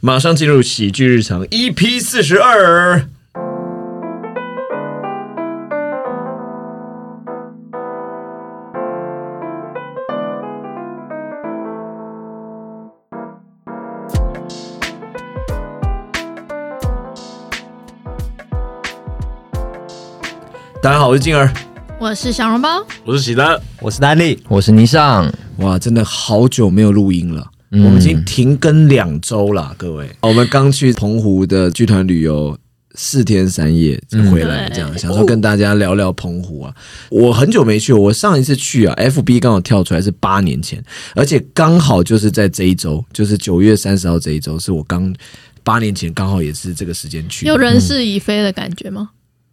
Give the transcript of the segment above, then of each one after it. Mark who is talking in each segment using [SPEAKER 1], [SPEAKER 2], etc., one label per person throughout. [SPEAKER 1] 马上进入喜剧日常 EP 四十二。大家好，我是静儿。
[SPEAKER 2] 我是小笼
[SPEAKER 3] 嗯
[SPEAKER 2] 包，
[SPEAKER 4] 我是喜丹，
[SPEAKER 5] 我是丹力，
[SPEAKER 3] 我是倪尚，
[SPEAKER 1] 哇，真的好久没有录音了。我们已经停更两周了，各位。哦我们刚去澎湖的剧团旅游四天三夜回来，这样、想说跟大家聊聊澎湖啊。我很久没去，我上一次去啊，FB 刚好跳出来是八年前，而且刚好就是在这一周，就是九月三十号这一周，是我刚八年前刚好也是这个时间去的
[SPEAKER 2] 有，人事已非的感觉吗？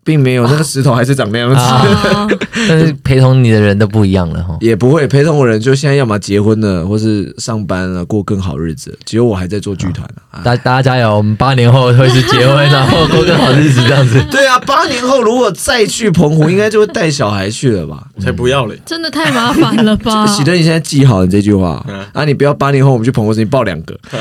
[SPEAKER 1] 并没有那个石头还是长那样子。
[SPEAKER 2] 啊，
[SPEAKER 3] 但是陪同你的人都不一样了哈。
[SPEAKER 1] 也不会陪同我人，就现在要么结婚了，或是上班了，过更好日子。只有我还在做剧团啊。
[SPEAKER 3] 大大家加油，我们八年后会去结婚，然后过更好日子这样 子。
[SPEAKER 1] 对啊，八年后如果再去澎湖，应该就会带小孩去了吧？？
[SPEAKER 4] 才不要嘞！
[SPEAKER 2] 真的太麻烦了吧
[SPEAKER 1] 喜德，你现在记好你这句话
[SPEAKER 4] 嗯
[SPEAKER 1] 啊！你不要八年后我们去澎湖时，你报两个。
[SPEAKER 2] 太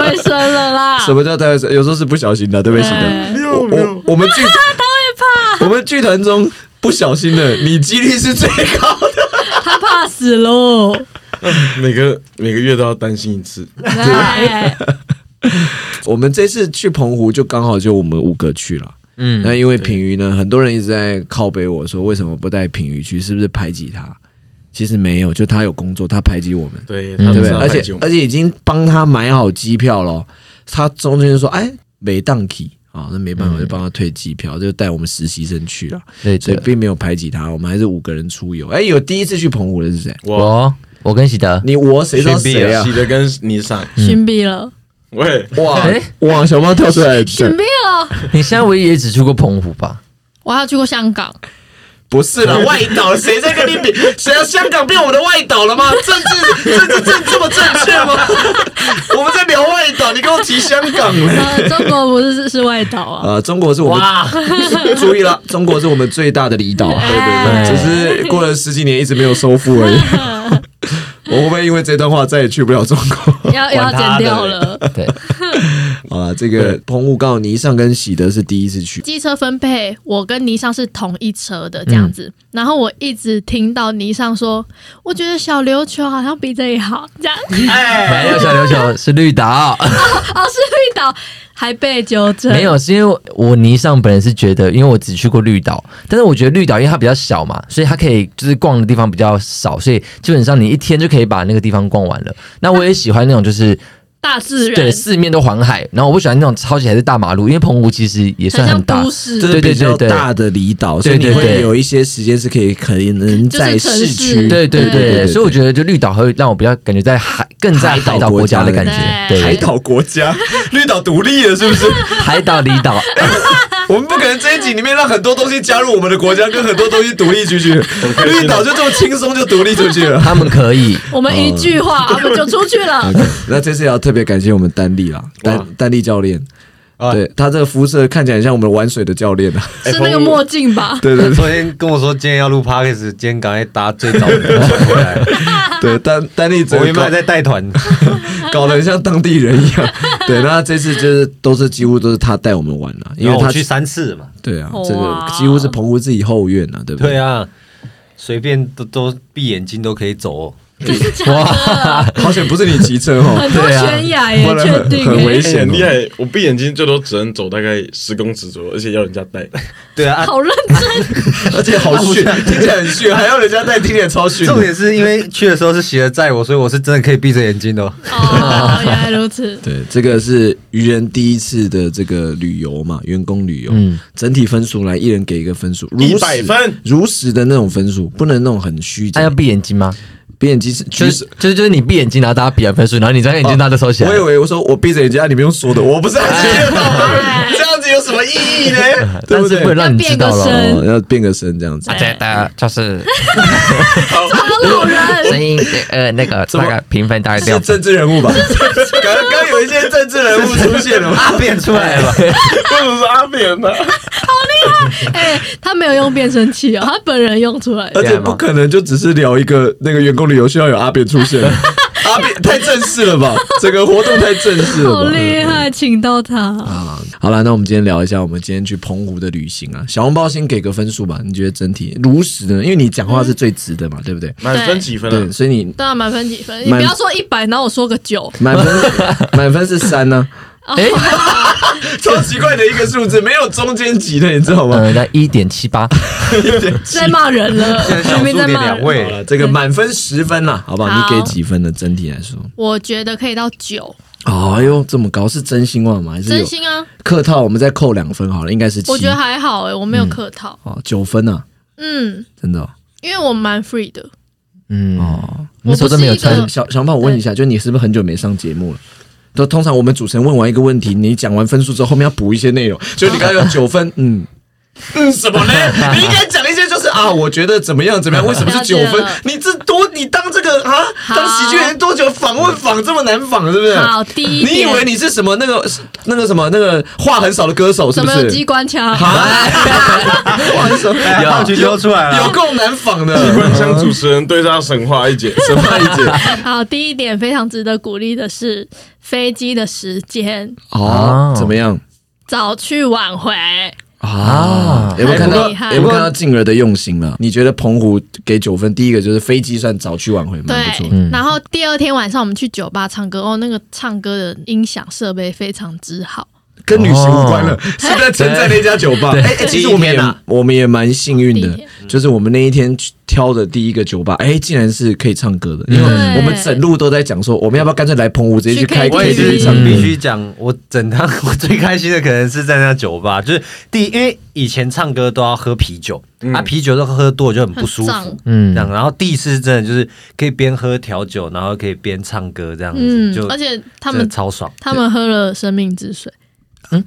[SPEAKER 2] 会生了啦！
[SPEAKER 1] 什么叫带？有时候是不小心的，对不对，喜
[SPEAKER 2] 对
[SPEAKER 1] 德？我我我们 剧我们剧团中不小心的，你几率是最高的。
[SPEAKER 2] 他怕死喽！
[SPEAKER 4] 每个每个月都要担心一次，
[SPEAKER 2] 来，
[SPEAKER 1] 我们这次去澎湖就刚好就我们五个去了。
[SPEAKER 3] 嗯，
[SPEAKER 1] 那因为品瑜呢，很多人一直在靠北我说为什么不带品瑜去，是不是排挤他？其实没有，就他有工作，他排挤我们，
[SPEAKER 4] 嗯对他们
[SPEAKER 1] 对不
[SPEAKER 4] 是
[SPEAKER 1] 对？
[SPEAKER 4] 要
[SPEAKER 1] 而
[SPEAKER 4] 害
[SPEAKER 1] 且
[SPEAKER 4] 羞
[SPEAKER 1] 而且已经帮他买好机票了，他中间就说：“哎，没档期啊，那没办法，就帮他退机票，就带我们实习生去了，
[SPEAKER 3] 对
[SPEAKER 1] 所以
[SPEAKER 3] 对，
[SPEAKER 1] 并没有排挤他，我们还是五个人出游。哎，有第一次去澎湖的是谁？
[SPEAKER 4] 我
[SPEAKER 3] 我我跟喜德，
[SPEAKER 1] 你我谁知道
[SPEAKER 4] 训
[SPEAKER 1] 谁
[SPEAKER 4] 毙
[SPEAKER 1] 啊
[SPEAKER 4] 了？喜的跟你上，
[SPEAKER 2] 寻闭了，
[SPEAKER 4] 喂，
[SPEAKER 1] 哇
[SPEAKER 3] 哎
[SPEAKER 1] 哇，小猫跳出来，
[SPEAKER 3] 嗯
[SPEAKER 2] 寻闭了！
[SPEAKER 3] 你现在唯一也只去过澎湖吧？
[SPEAKER 2] 我还要去过香港，
[SPEAKER 1] 不是啦，外岛谁在跟你比？谁要香港变我们的外岛了吗？政治政治正这么正确吗？ 我们在聊外岛，你跟我提香港了。
[SPEAKER 2] 呃，中国不是是外岛啊？
[SPEAKER 3] 哦
[SPEAKER 1] 呃，中国是我们
[SPEAKER 3] 哇，
[SPEAKER 1] 注意了，中国是我们最大的离岛，对
[SPEAKER 2] 哎
[SPEAKER 1] 对对，只是过了十几年一直没有收复而已。 我会不会因为这段话再也去不了中国？
[SPEAKER 2] 要要
[SPEAKER 3] 管他
[SPEAKER 2] 剪
[SPEAKER 3] 的
[SPEAKER 2] 掉了。
[SPEAKER 3] 对，
[SPEAKER 1] 啊，这个澎湖告尼上跟喜德是第一次去，
[SPEAKER 2] 机车分配，我跟尼尚是同一车
[SPEAKER 3] 嗯
[SPEAKER 2] 的这样子。然后我一直听到尼尚说，我觉得小琉球好像比这里好，这 样
[SPEAKER 3] 没有小琉球是绿岛，
[SPEAKER 2] 哦是绿岛，还被纠正。
[SPEAKER 3] 没有是因为我泥上本人是觉得，因为我只去过绿岛，但是我觉得绿岛因为它比较小嘛，所以它可以就是逛的地方比较少，所以基本上你一天就可以把那个地方逛完了。那我也喜欢那种就是
[SPEAKER 2] 大自然，
[SPEAKER 3] 对，四面都环海。然后我不喜欢那种超级还是大马路，因为澎湖其实也算
[SPEAKER 2] 很像
[SPEAKER 3] 大
[SPEAKER 2] 都，市，
[SPEAKER 1] 这是比较
[SPEAKER 3] 对对对对
[SPEAKER 1] 大的离岛，所以
[SPEAKER 3] 对
[SPEAKER 1] 你
[SPEAKER 3] 对
[SPEAKER 1] 会
[SPEAKER 3] 对
[SPEAKER 1] 有一些时间是可以可能在
[SPEAKER 2] 就是城
[SPEAKER 1] 市
[SPEAKER 2] 市
[SPEAKER 1] 区，
[SPEAKER 3] 对对
[SPEAKER 2] 对对
[SPEAKER 1] 对
[SPEAKER 3] 对。所以我觉得就绿岛会让我比较感觉在海，更在海岛国家的感觉，
[SPEAKER 5] 哎
[SPEAKER 2] 对
[SPEAKER 3] 对，
[SPEAKER 1] 岛国家， 绿岛独立了，是 不是？
[SPEAKER 3] 海岛离 岛，
[SPEAKER 1] 我们不可能这一集里面让很多东西加入我们的国家，跟很多东西独立出 去。
[SPEAKER 5] 啊
[SPEAKER 1] 绿岛就这么轻松就独立出去了。
[SPEAKER 3] 他们可 以。
[SPEAKER 2] 我们一句话，
[SPEAKER 1] 呃
[SPEAKER 2] 我们就出去了。
[SPEAKER 1] 那这次也要特别感谢我们丹力啦，
[SPEAKER 4] 哇
[SPEAKER 1] 丹丹力教练，
[SPEAKER 5] 啊
[SPEAKER 1] 对他这个肤色看起来很像我们玩水的教练 啊。
[SPEAKER 2] 是那个墨镜吧？
[SPEAKER 1] 对对
[SPEAKER 5] 昨天跟我说今天要录 podcast，今天赶快搭最早的船回 来，
[SPEAKER 1] 对，丹丹力整
[SPEAKER 5] 我
[SPEAKER 1] 个
[SPEAKER 5] 原本还在带团，
[SPEAKER 1] 搞得很像当地人一 样。对，那这次就是都是几乎都是他带我们玩啦，因
[SPEAKER 5] 然
[SPEAKER 1] 为
[SPEAKER 5] 后
[SPEAKER 1] 他
[SPEAKER 5] 我去三次嘛，
[SPEAKER 1] 对啊，
[SPEAKER 2] 哇
[SPEAKER 1] 这个几乎是澎湖自己后院啊，对不
[SPEAKER 5] 对
[SPEAKER 1] 对？
[SPEAKER 5] 啊，随便都都闭眼睛都可以走、哦，
[SPEAKER 3] 哇，
[SPEAKER 1] 好险不是你骑车 哦，
[SPEAKER 2] 很多悬崖耶，
[SPEAKER 1] 不然
[SPEAKER 2] 确
[SPEAKER 1] 很
[SPEAKER 2] 定
[SPEAKER 1] 啊很危
[SPEAKER 2] 耶，
[SPEAKER 4] 哎
[SPEAKER 1] 险
[SPEAKER 4] 很
[SPEAKER 1] 哦
[SPEAKER 4] 厉。害，我闭眼睛最多只能走大概十公尺左右，而且要人家带，
[SPEAKER 5] 对啊，啊
[SPEAKER 2] 好认 真。
[SPEAKER 1] 而且好逊， 听起来很逊，还要人家带，听起来超逊的。
[SPEAKER 5] 重点是因为去的时候是鞋载我，所以我是真的可以闭着眼睛 的、哦。
[SPEAKER 1] 啊
[SPEAKER 2] 哦，原来如此。
[SPEAKER 1] 对，这个是愚人第一次的这个旅游嘛，员工旅游，
[SPEAKER 3] 嗯
[SPEAKER 1] 整体分数来，一人给一个分数，如
[SPEAKER 4] 100
[SPEAKER 1] 实
[SPEAKER 4] 分
[SPEAKER 1] 如实的那种分数，不能那种很虚
[SPEAKER 3] 那
[SPEAKER 1] 假
[SPEAKER 3] 要。闭眼睛吗？
[SPEAKER 1] 闭眼睛是举
[SPEAKER 3] 哎就是
[SPEAKER 1] 手，
[SPEAKER 3] 就是就是你闭眼睛，然后大家比完分数，然后你张开眼睛，大家都收起来
[SPEAKER 1] 哦我以。为我说我闭着眼睛，啊你不用说的，我不是很知道，这样子有什么意义呢？对
[SPEAKER 3] 但
[SPEAKER 1] 不
[SPEAKER 3] 是会
[SPEAKER 1] 对？
[SPEAKER 3] 让你知道
[SPEAKER 2] 要变个
[SPEAKER 3] 了。
[SPEAKER 2] 声
[SPEAKER 1] 哦，要变个声这样子
[SPEAKER 3] 大。家大家呃就是
[SPEAKER 2] 好路人，
[SPEAKER 3] 声音呃那个大概评分大概
[SPEAKER 1] 是
[SPEAKER 3] 六
[SPEAKER 1] 政治人物吧？刚刚有一些政治人物出现了嘛？
[SPEAKER 5] 阿啊变出来 了，
[SPEAKER 4] 为什么是阿扁啊呢？
[SPEAKER 2] 哎，他没有用变声器哦，他本人用出来
[SPEAKER 1] 而
[SPEAKER 2] 的。
[SPEAKER 1] 且不可能就只是聊一个那个员工旅游需要有阿扁出现，阿扁太正式了吧？整个活动太正式
[SPEAKER 2] 好
[SPEAKER 1] 了吧？
[SPEAKER 2] 厉害，请到他。
[SPEAKER 1] 啊，好了，那我们今天聊一下我们今天去澎湖的旅行啊。小红包先给个分数吧，你觉得整体如实的？因为你讲话是最直的嘛，对不对？
[SPEAKER 4] 满分几分
[SPEAKER 1] 对，
[SPEAKER 4] 啊？
[SPEAKER 1] 所以你
[SPEAKER 2] 对啊，满分几分？你
[SPEAKER 1] 满
[SPEAKER 2] 不要说一百，然后我说个九，
[SPEAKER 1] 满分满分是三呢、
[SPEAKER 2] 哦
[SPEAKER 3] 哎，
[SPEAKER 1] 超奇怪的一个数字，没有中间级的，你知道吗？
[SPEAKER 3] 呃，那一点七八，
[SPEAKER 2] 在骂人 了，
[SPEAKER 5] 现在小
[SPEAKER 2] 明明
[SPEAKER 5] 数
[SPEAKER 2] 在
[SPEAKER 5] 点
[SPEAKER 2] 骂人。
[SPEAKER 5] 两
[SPEAKER 1] 好了，
[SPEAKER 5] 位，
[SPEAKER 1] 这个满分十分啦，好不好？
[SPEAKER 2] 哦好
[SPEAKER 1] 你给几分呢？整体来说，
[SPEAKER 2] 我觉得可以到九，
[SPEAKER 1] 哦、哎呦，这么高是真心话吗？还是
[SPEAKER 2] 真
[SPEAKER 1] 有
[SPEAKER 2] 心啊，
[SPEAKER 1] 客套？我们再扣两分好了，应该是七。
[SPEAKER 2] 我觉得还好哎、我没有客套，
[SPEAKER 1] 哦，九分啊，
[SPEAKER 2] 嗯，
[SPEAKER 1] 真的哦。
[SPEAKER 2] 因为我蛮 free 的，
[SPEAKER 3] 嗯，
[SPEAKER 1] 哦
[SPEAKER 3] 那时候都没有
[SPEAKER 2] 我不是一
[SPEAKER 3] 穿
[SPEAKER 2] 个，
[SPEAKER 1] 小小胖，我问一下，就你是不是很久没上节目了？都通常我们主持人问完一个问题，你讲完分数之后，后面要补一些内容。就你刚刚有九分， 嗯嗯，什么 呢？你应该讲一些就是啊，我觉得怎么样怎么样，为什么是
[SPEAKER 2] 了
[SPEAKER 1] 九
[SPEAKER 2] 解了
[SPEAKER 1] 分？你这多你当这个啊，当喜剧演员多久访问访这么难访，是不是？
[SPEAKER 2] 好第一点
[SPEAKER 1] 啊你以为你是什么那个那个什么那个话很少的歌手是
[SPEAKER 2] 怎
[SPEAKER 1] 不
[SPEAKER 2] 么有机
[SPEAKER 1] 是？
[SPEAKER 2] 关枪？
[SPEAKER 1] 话很 少，
[SPEAKER 5] 哎好奇丢出来
[SPEAKER 1] 有
[SPEAKER 5] 了，
[SPEAKER 1] 够难访的。
[SPEAKER 4] 官腔主持人对他神话一 姐，神话一姐，
[SPEAKER 2] 好，第一点非常值得鼓励的是飞机的时间，
[SPEAKER 1] 哦，怎么样？
[SPEAKER 2] 早去晚回。
[SPEAKER 1] 啊，有没有看到
[SPEAKER 2] 很厉害
[SPEAKER 1] 有没有看到静儿的用心了？你觉得澎湖给九分，第一个就是飞机算早去晚回，蛮不
[SPEAKER 2] 对
[SPEAKER 1] 错，的。
[SPEAKER 3] 嗯
[SPEAKER 2] 然后第二天晚上我们去酒吧唱歌，哦，那个唱歌的音响设备非常之好。
[SPEAKER 1] 跟旅行无关了，是在称赞那家酒吧。哎，哎其实我们
[SPEAKER 5] 第一
[SPEAKER 1] 也
[SPEAKER 5] 天啊
[SPEAKER 1] 我们也蛮幸运
[SPEAKER 2] 第
[SPEAKER 1] 的
[SPEAKER 2] 一天，
[SPEAKER 1] 就是我们那一天去挑的第一个酒吧，哎，竟然是可以唱歌的，因为
[SPEAKER 2] 对
[SPEAKER 1] 我们整路都在讲说，我们要不要干脆来澎湖直接去
[SPEAKER 2] 去
[SPEAKER 1] 开
[SPEAKER 2] KTV
[SPEAKER 5] 我也
[SPEAKER 1] KTV
[SPEAKER 5] 是
[SPEAKER 1] 唱
[SPEAKER 5] 必
[SPEAKER 1] 歌？
[SPEAKER 5] 须讲，我整趟我最开心的可能是在那酒吧， 就是第一，因为以前唱歌都要喝啤酒，啊，啤酒都喝多就很不舒
[SPEAKER 2] 很
[SPEAKER 5] 服
[SPEAKER 2] 胀，
[SPEAKER 3] 嗯
[SPEAKER 5] 这样。然后第一次真的就是可以边喝调酒，然后可以边唱歌这样子，
[SPEAKER 2] 嗯
[SPEAKER 5] 就，
[SPEAKER 2] 而且他
[SPEAKER 5] 真
[SPEAKER 2] 们
[SPEAKER 5] 的超爽。
[SPEAKER 2] 他们喝了生命之水，嗯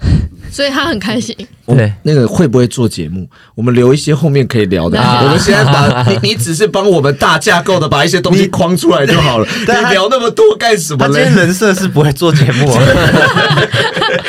[SPEAKER 2] 所以他很开 心。
[SPEAKER 1] 我们
[SPEAKER 3] 对
[SPEAKER 1] 那个会不会做节目？我们留一些后面可以聊的。
[SPEAKER 2] 啊
[SPEAKER 1] 我们现在 把你，你只是帮我们大架构的把一些东西框出来就好了。你
[SPEAKER 5] 但他
[SPEAKER 1] 聊那么多干什么
[SPEAKER 5] 他今
[SPEAKER 1] 嘞
[SPEAKER 5] 天？人设是不会做节目啊，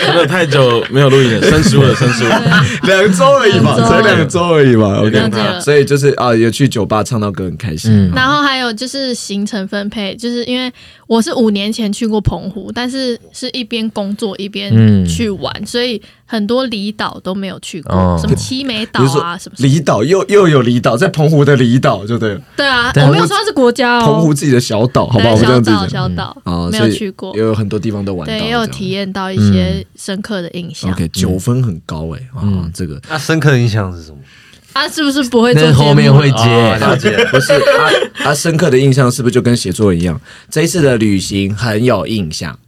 [SPEAKER 4] 真的太久没有录音了，生疏了，生疏了。
[SPEAKER 1] 两周而已嘛，
[SPEAKER 2] 两周
[SPEAKER 1] 才两周而已嘛。
[SPEAKER 4] 有点
[SPEAKER 1] OK，
[SPEAKER 2] 了解了
[SPEAKER 1] 所以就是啊，有去酒吧唱到歌很开心
[SPEAKER 3] 嗯。
[SPEAKER 2] 然后还有就是行程分配，就是因为我是五年前去过澎湖，但是是一边工作一边
[SPEAKER 3] 嗯
[SPEAKER 2] 去玩，所以很多离岛都没有去过，
[SPEAKER 3] 哦
[SPEAKER 2] 什么七美岛
[SPEAKER 1] 比如说
[SPEAKER 2] 啊，什么
[SPEAKER 1] 离岛又又有离岛，在澎湖的离岛就对了，
[SPEAKER 2] 对啊，
[SPEAKER 3] 对啊
[SPEAKER 2] 我没有说它是国家哦，
[SPEAKER 1] 澎湖自己的小岛，好
[SPEAKER 2] 对
[SPEAKER 1] 吧，我们这
[SPEAKER 2] 小
[SPEAKER 1] 样子
[SPEAKER 2] 岛
[SPEAKER 1] 讲
[SPEAKER 2] 小岛
[SPEAKER 1] 啊，
[SPEAKER 2] 没
[SPEAKER 1] 所
[SPEAKER 2] 有
[SPEAKER 1] 以
[SPEAKER 2] 去过
[SPEAKER 1] 也，有很多地方都玩到
[SPEAKER 2] 对，
[SPEAKER 1] 了，
[SPEAKER 2] 也有体嗯验到一些深刻的印
[SPEAKER 1] 这
[SPEAKER 2] 象
[SPEAKER 1] 样。。OK，九分很高哎，
[SPEAKER 2] 嗯
[SPEAKER 1] 啊，这个
[SPEAKER 5] 那深刻的印象是什 么？
[SPEAKER 2] 他啊是不是不会做
[SPEAKER 3] 那
[SPEAKER 2] 节目了？
[SPEAKER 3] 后面会
[SPEAKER 5] 哦
[SPEAKER 3] 接，
[SPEAKER 5] 了解。
[SPEAKER 1] 不是他，他深刻的印象是不是就跟写作文一样？这一次的旅行很有印象。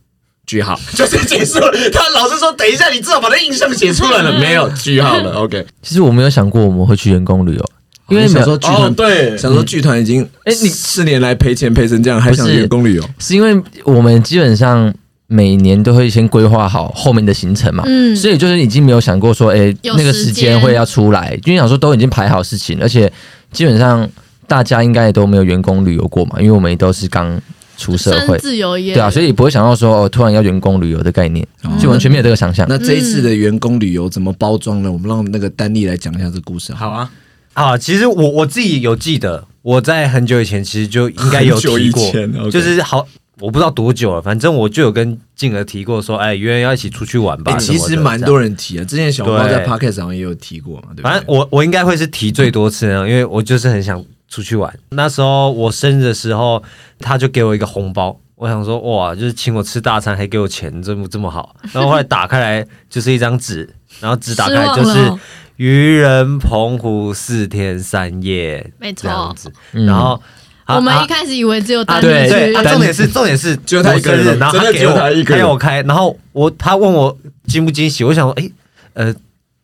[SPEAKER 1] 句号就是结束了。他老师说：“等一下，你至少把那印象写出来了。”没有句号了。OK，
[SPEAKER 3] 其实我没有想过我们会去员工旅游，因为
[SPEAKER 1] 你想
[SPEAKER 3] 没有
[SPEAKER 1] 说剧团
[SPEAKER 4] 哦对
[SPEAKER 1] 想说剧团已经哎，你四年来赔钱赔成这样，还想
[SPEAKER 3] 不是
[SPEAKER 1] 员工旅游？
[SPEAKER 3] 是因为我们基本上每年都会先规划好后面的行程嘛，
[SPEAKER 2] 嗯
[SPEAKER 3] 所以就是已经没有想过说，哎、
[SPEAKER 2] 有
[SPEAKER 3] 那个
[SPEAKER 2] 时
[SPEAKER 3] 时
[SPEAKER 2] 间
[SPEAKER 3] 间会要出来，因为想说都已经排好事情，而且基本上大家应该也都没有员工旅游过嘛，因为我们也都是刚出社
[SPEAKER 2] 算
[SPEAKER 3] 会
[SPEAKER 2] 是，自由业，
[SPEAKER 3] 对啊，所以不会想到说、哦、突然要员工旅游的概念，就完全没有这个想象。
[SPEAKER 1] 那这一次的员工旅游怎么包装呢？我们让那个丹妮来讲一下这故事。好，
[SPEAKER 5] 啊，啊，其实我我自己有记得，我在很久以前其实就应该有
[SPEAKER 1] 很久
[SPEAKER 5] 提
[SPEAKER 1] 以
[SPEAKER 5] 过
[SPEAKER 1] 前，OK，
[SPEAKER 5] 就是好，我不知道多久了，反正我就有跟静儿提过说，哎，约要一起出去玩吧。
[SPEAKER 1] 哎，
[SPEAKER 5] 什
[SPEAKER 1] 其
[SPEAKER 5] 么的
[SPEAKER 1] 实蛮多，人提啊，之前小猫
[SPEAKER 5] 对
[SPEAKER 1] 在 Podcast 上也有提过嘛，对不对？
[SPEAKER 5] 这样反正我我应该会是提最多次的，因为我就是很想出去玩。那时候我生日的时候，他就给我一个红包。我想说，哇，就是请我吃大餐，还给我钱，这么这么好。然后后来打开来就是一张纸，然后纸打
[SPEAKER 2] 失
[SPEAKER 5] 开来
[SPEAKER 2] 望
[SPEAKER 5] 就
[SPEAKER 2] 了
[SPEAKER 5] 是啊
[SPEAKER 2] 哦
[SPEAKER 5] 渔人澎湖四天三夜，
[SPEAKER 2] 没错
[SPEAKER 5] 这样子。然后啊
[SPEAKER 2] 我们
[SPEAKER 5] 啊
[SPEAKER 2] 一开始以为只有
[SPEAKER 5] 啊
[SPEAKER 2] 单
[SPEAKER 5] 对
[SPEAKER 2] 独
[SPEAKER 5] 对，啊
[SPEAKER 2] 去，
[SPEAKER 5] 重点是重点是
[SPEAKER 1] 只有他一个人
[SPEAKER 5] 我生日然后
[SPEAKER 1] 真的
[SPEAKER 5] 他
[SPEAKER 1] 只
[SPEAKER 5] 给
[SPEAKER 1] 有
[SPEAKER 5] 我哎
[SPEAKER 1] 他一个人
[SPEAKER 5] 要我开，然后我他问我惊不惊喜，我想说，哎，呃。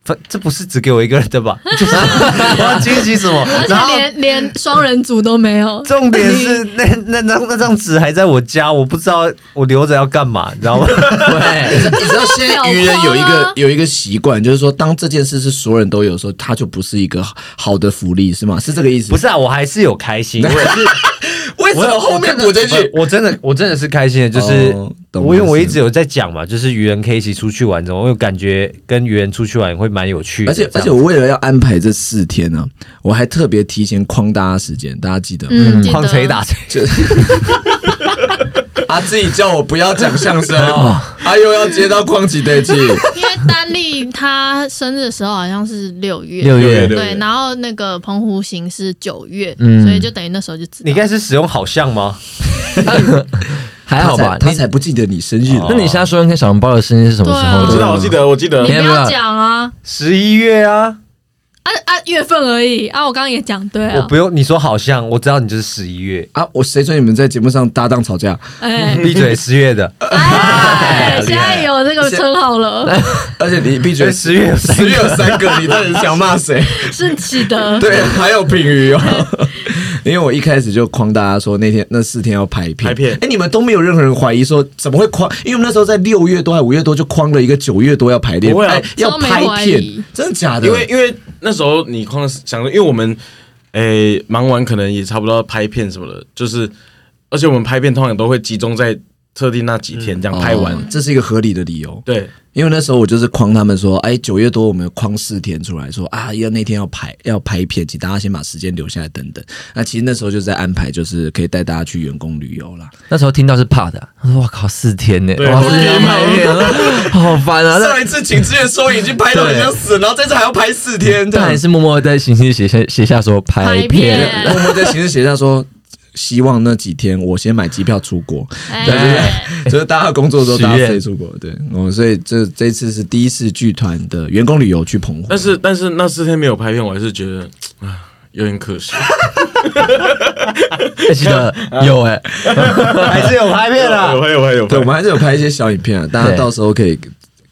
[SPEAKER 5] 反这不是只给我一个人对吧？ 就是我要惊喜什么？
[SPEAKER 2] 而
[SPEAKER 5] 然后
[SPEAKER 2] 且连连双人组都没有。
[SPEAKER 5] 重点是 那那张那张纸还在我家，我不知道我留着要干嘛，你知道吗？
[SPEAKER 3] 对，
[SPEAKER 1] 哎 你知道现在愚人有一
[SPEAKER 2] 表框
[SPEAKER 1] 个
[SPEAKER 2] 啊
[SPEAKER 1] 有一个习惯，就是说，当这件事是所有人都有的时候，它就不是一个好的福利，是吗？是这个意思？
[SPEAKER 5] 不，是啊，我还是有开心，我也是
[SPEAKER 1] 为什么
[SPEAKER 5] 我
[SPEAKER 1] 后面补这句？
[SPEAKER 5] 我我真的我真的是开心的，就是、
[SPEAKER 1] 哦懂
[SPEAKER 5] 我因为
[SPEAKER 1] 意思
[SPEAKER 5] 我一直有在讲嘛，就是愚人可以一起出去玩，怎么我有感觉跟愚人出去玩会蛮有趣的，
[SPEAKER 1] 而且
[SPEAKER 5] 这
[SPEAKER 1] 而
[SPEAKER 5] 样
[SPEAKER 1] 且，我为了要安排这四天呢、我还嗯
[SPEAKER 2] 嗯
[SPEAKER 1] 特别提前框大家时间，大家记得吗？
[SPEAKER 2] 嗯，记得
[SPEAKER 5] 狂捶打，
[SPEAKER 1] 他啊自己叫我不要讲相声，他又要接到旷崎对气，
[SPEAKER 2] 因为丹丽她生日的时候好像是六月，
[SPEAKER 3] 六
[SPEAKER 4] 月
[SPEAKER 3] 月
[SPEAKER 4] 对
[SPEAKER 2] 对，然后那个澎湖行是九月，
[SPEAKER 3] 嗯
[SPEAKER 2] 所以就等于那时候就知道
[SPEAKER 5] 你应该是使用好像吗？
[SPEAKER 3] 还好吧？
[SPEAKER 1] 他才他
[SPEAKER 3] 你哦
[SPEAKER 1] 才不记得你生日呢
[SPEAKER 3] 那你现在说看看小笼包的生日是什么时候
[SPEAKER 2] 对
[SPEAKER 3] 呢？
[SPEAKER 2] 啊
[SPEAKER 4] 我知道，我记得，我记得
[SPEAKER 2] 你
[SPEAKER 3] 没有
[SPEAKER 2] 不
[SPEAKER 3] 没
[SPEAKER 2] 要
[SPEAKER 3] 有
[SPEAKER 2] 讲啊
[SPEAKER 5] 十一月啊，
[SPEAKER 2] 啊啊月份而已啊，我刚刚也讲对
[SPEAKER 5] 我
[SPEAKER 2] 啊，
[SPEAKER 5] 不用你说好像，我知道你就是十一 月，
[SPEAKER 1] 啊！我谁准你们在节目上搭档吵架？
[SPEAKER 2] 哎
[SPEAKER 5] 闭嘴，十月的，
[SPEAKER 2] 哎， 现在有这个称号了，
[SPEAKER 1] 而且你闭嘴
[SPEAKER 5] 对，，哎十月有三
[SPEAKER 1] 十
[SPEAKER 5] 个
[SPEAKER 1] 月有三个，你到底想骂谁？
[SPEAKER 2] 是启 德，
[SPEAKER 1] 对，还有品鱼哦。因为我一开始就诓大家说那天那四天要拍片，
[SPEAKER 4] 拍片
[SPEAKER 1] 哎、你们都没有任何人怀疑说怎么会诓？因为我们那时候在六月多还五月多就诓了一个九月多要排练，
[SPEAKER 4] 不会啊
[SPEAKER 1] 哎要
[SPEAKER 2] 都没
[SPEAKER 1] 拍
[SPEAKER 2] 怀疑
[SPEAKER 1] 片，真的假的？
[SPEAKER 4] 因为因为那时候你空想着，因为我们诶、忙完可能也差不多要拍片什么的，就是而且我们拍片通常都会集中在特定那几天这样拍完。
[SPEAKER 1] 哦这是一个合理的理由。
[SPEAKER 4] 对，
[SPEAKER 1] 因为那时候我就是诓他们说，哎，九月多我们诓四天出来说啊，要那天要排要拍片，请大家先把时间留下来等等。那其实那时候就在安排，就是可以带大家去员工旅游啦。
[SPEAKER 3] 那时候听到是怕的，他说：“我靠，四天呢，
[SPEAKER 4] 对
[SPEAKER 3] 哇，
[SPEAKER 4] 我
[SPEAKER 3] 四天排练了，好烦啊！”那
[SPEAKER 1] 上一次请志愿收影已经拍到人家死，然后这次还要拍四天，这
[SPEAKER 3] 但
[SPEAKER 1] 样
[SPEAKER 3] 还是默默在信息写下写下说拍
[SPEAKER 2] 拍
[SPEAKER 3] 片
[SPEAKER 2] 片，
[SPEAKER 1] 默默在行事写下说。希望那几天我先买机票出国，
[SPEAKER 2] 哎，
[SPEAKER 1] 就是大家工作的时候，
[SPEAKER 3] 许愿
[SPEAKER 1] 大家飞出国。对，我所以这这次是第一次剧团的员工旅游去澎湖，
[SPEAKER 4] 但是但是那四天没有拍片，我还是觉得啊有点可惜。
[SPEAKER 3] 哎记得有哎，
[SPEAKER 5] 还是有拍片啊
[SPEAKER 4] 有。拍有拍有
[SPEAKER 1] 对
[SPEAKER 4] 拍
[SPEAKER 1] 我，们还是有拍一些小影片啊，大家
[SPEAKER 3] 对
[SPEAKER 1] 到时候可以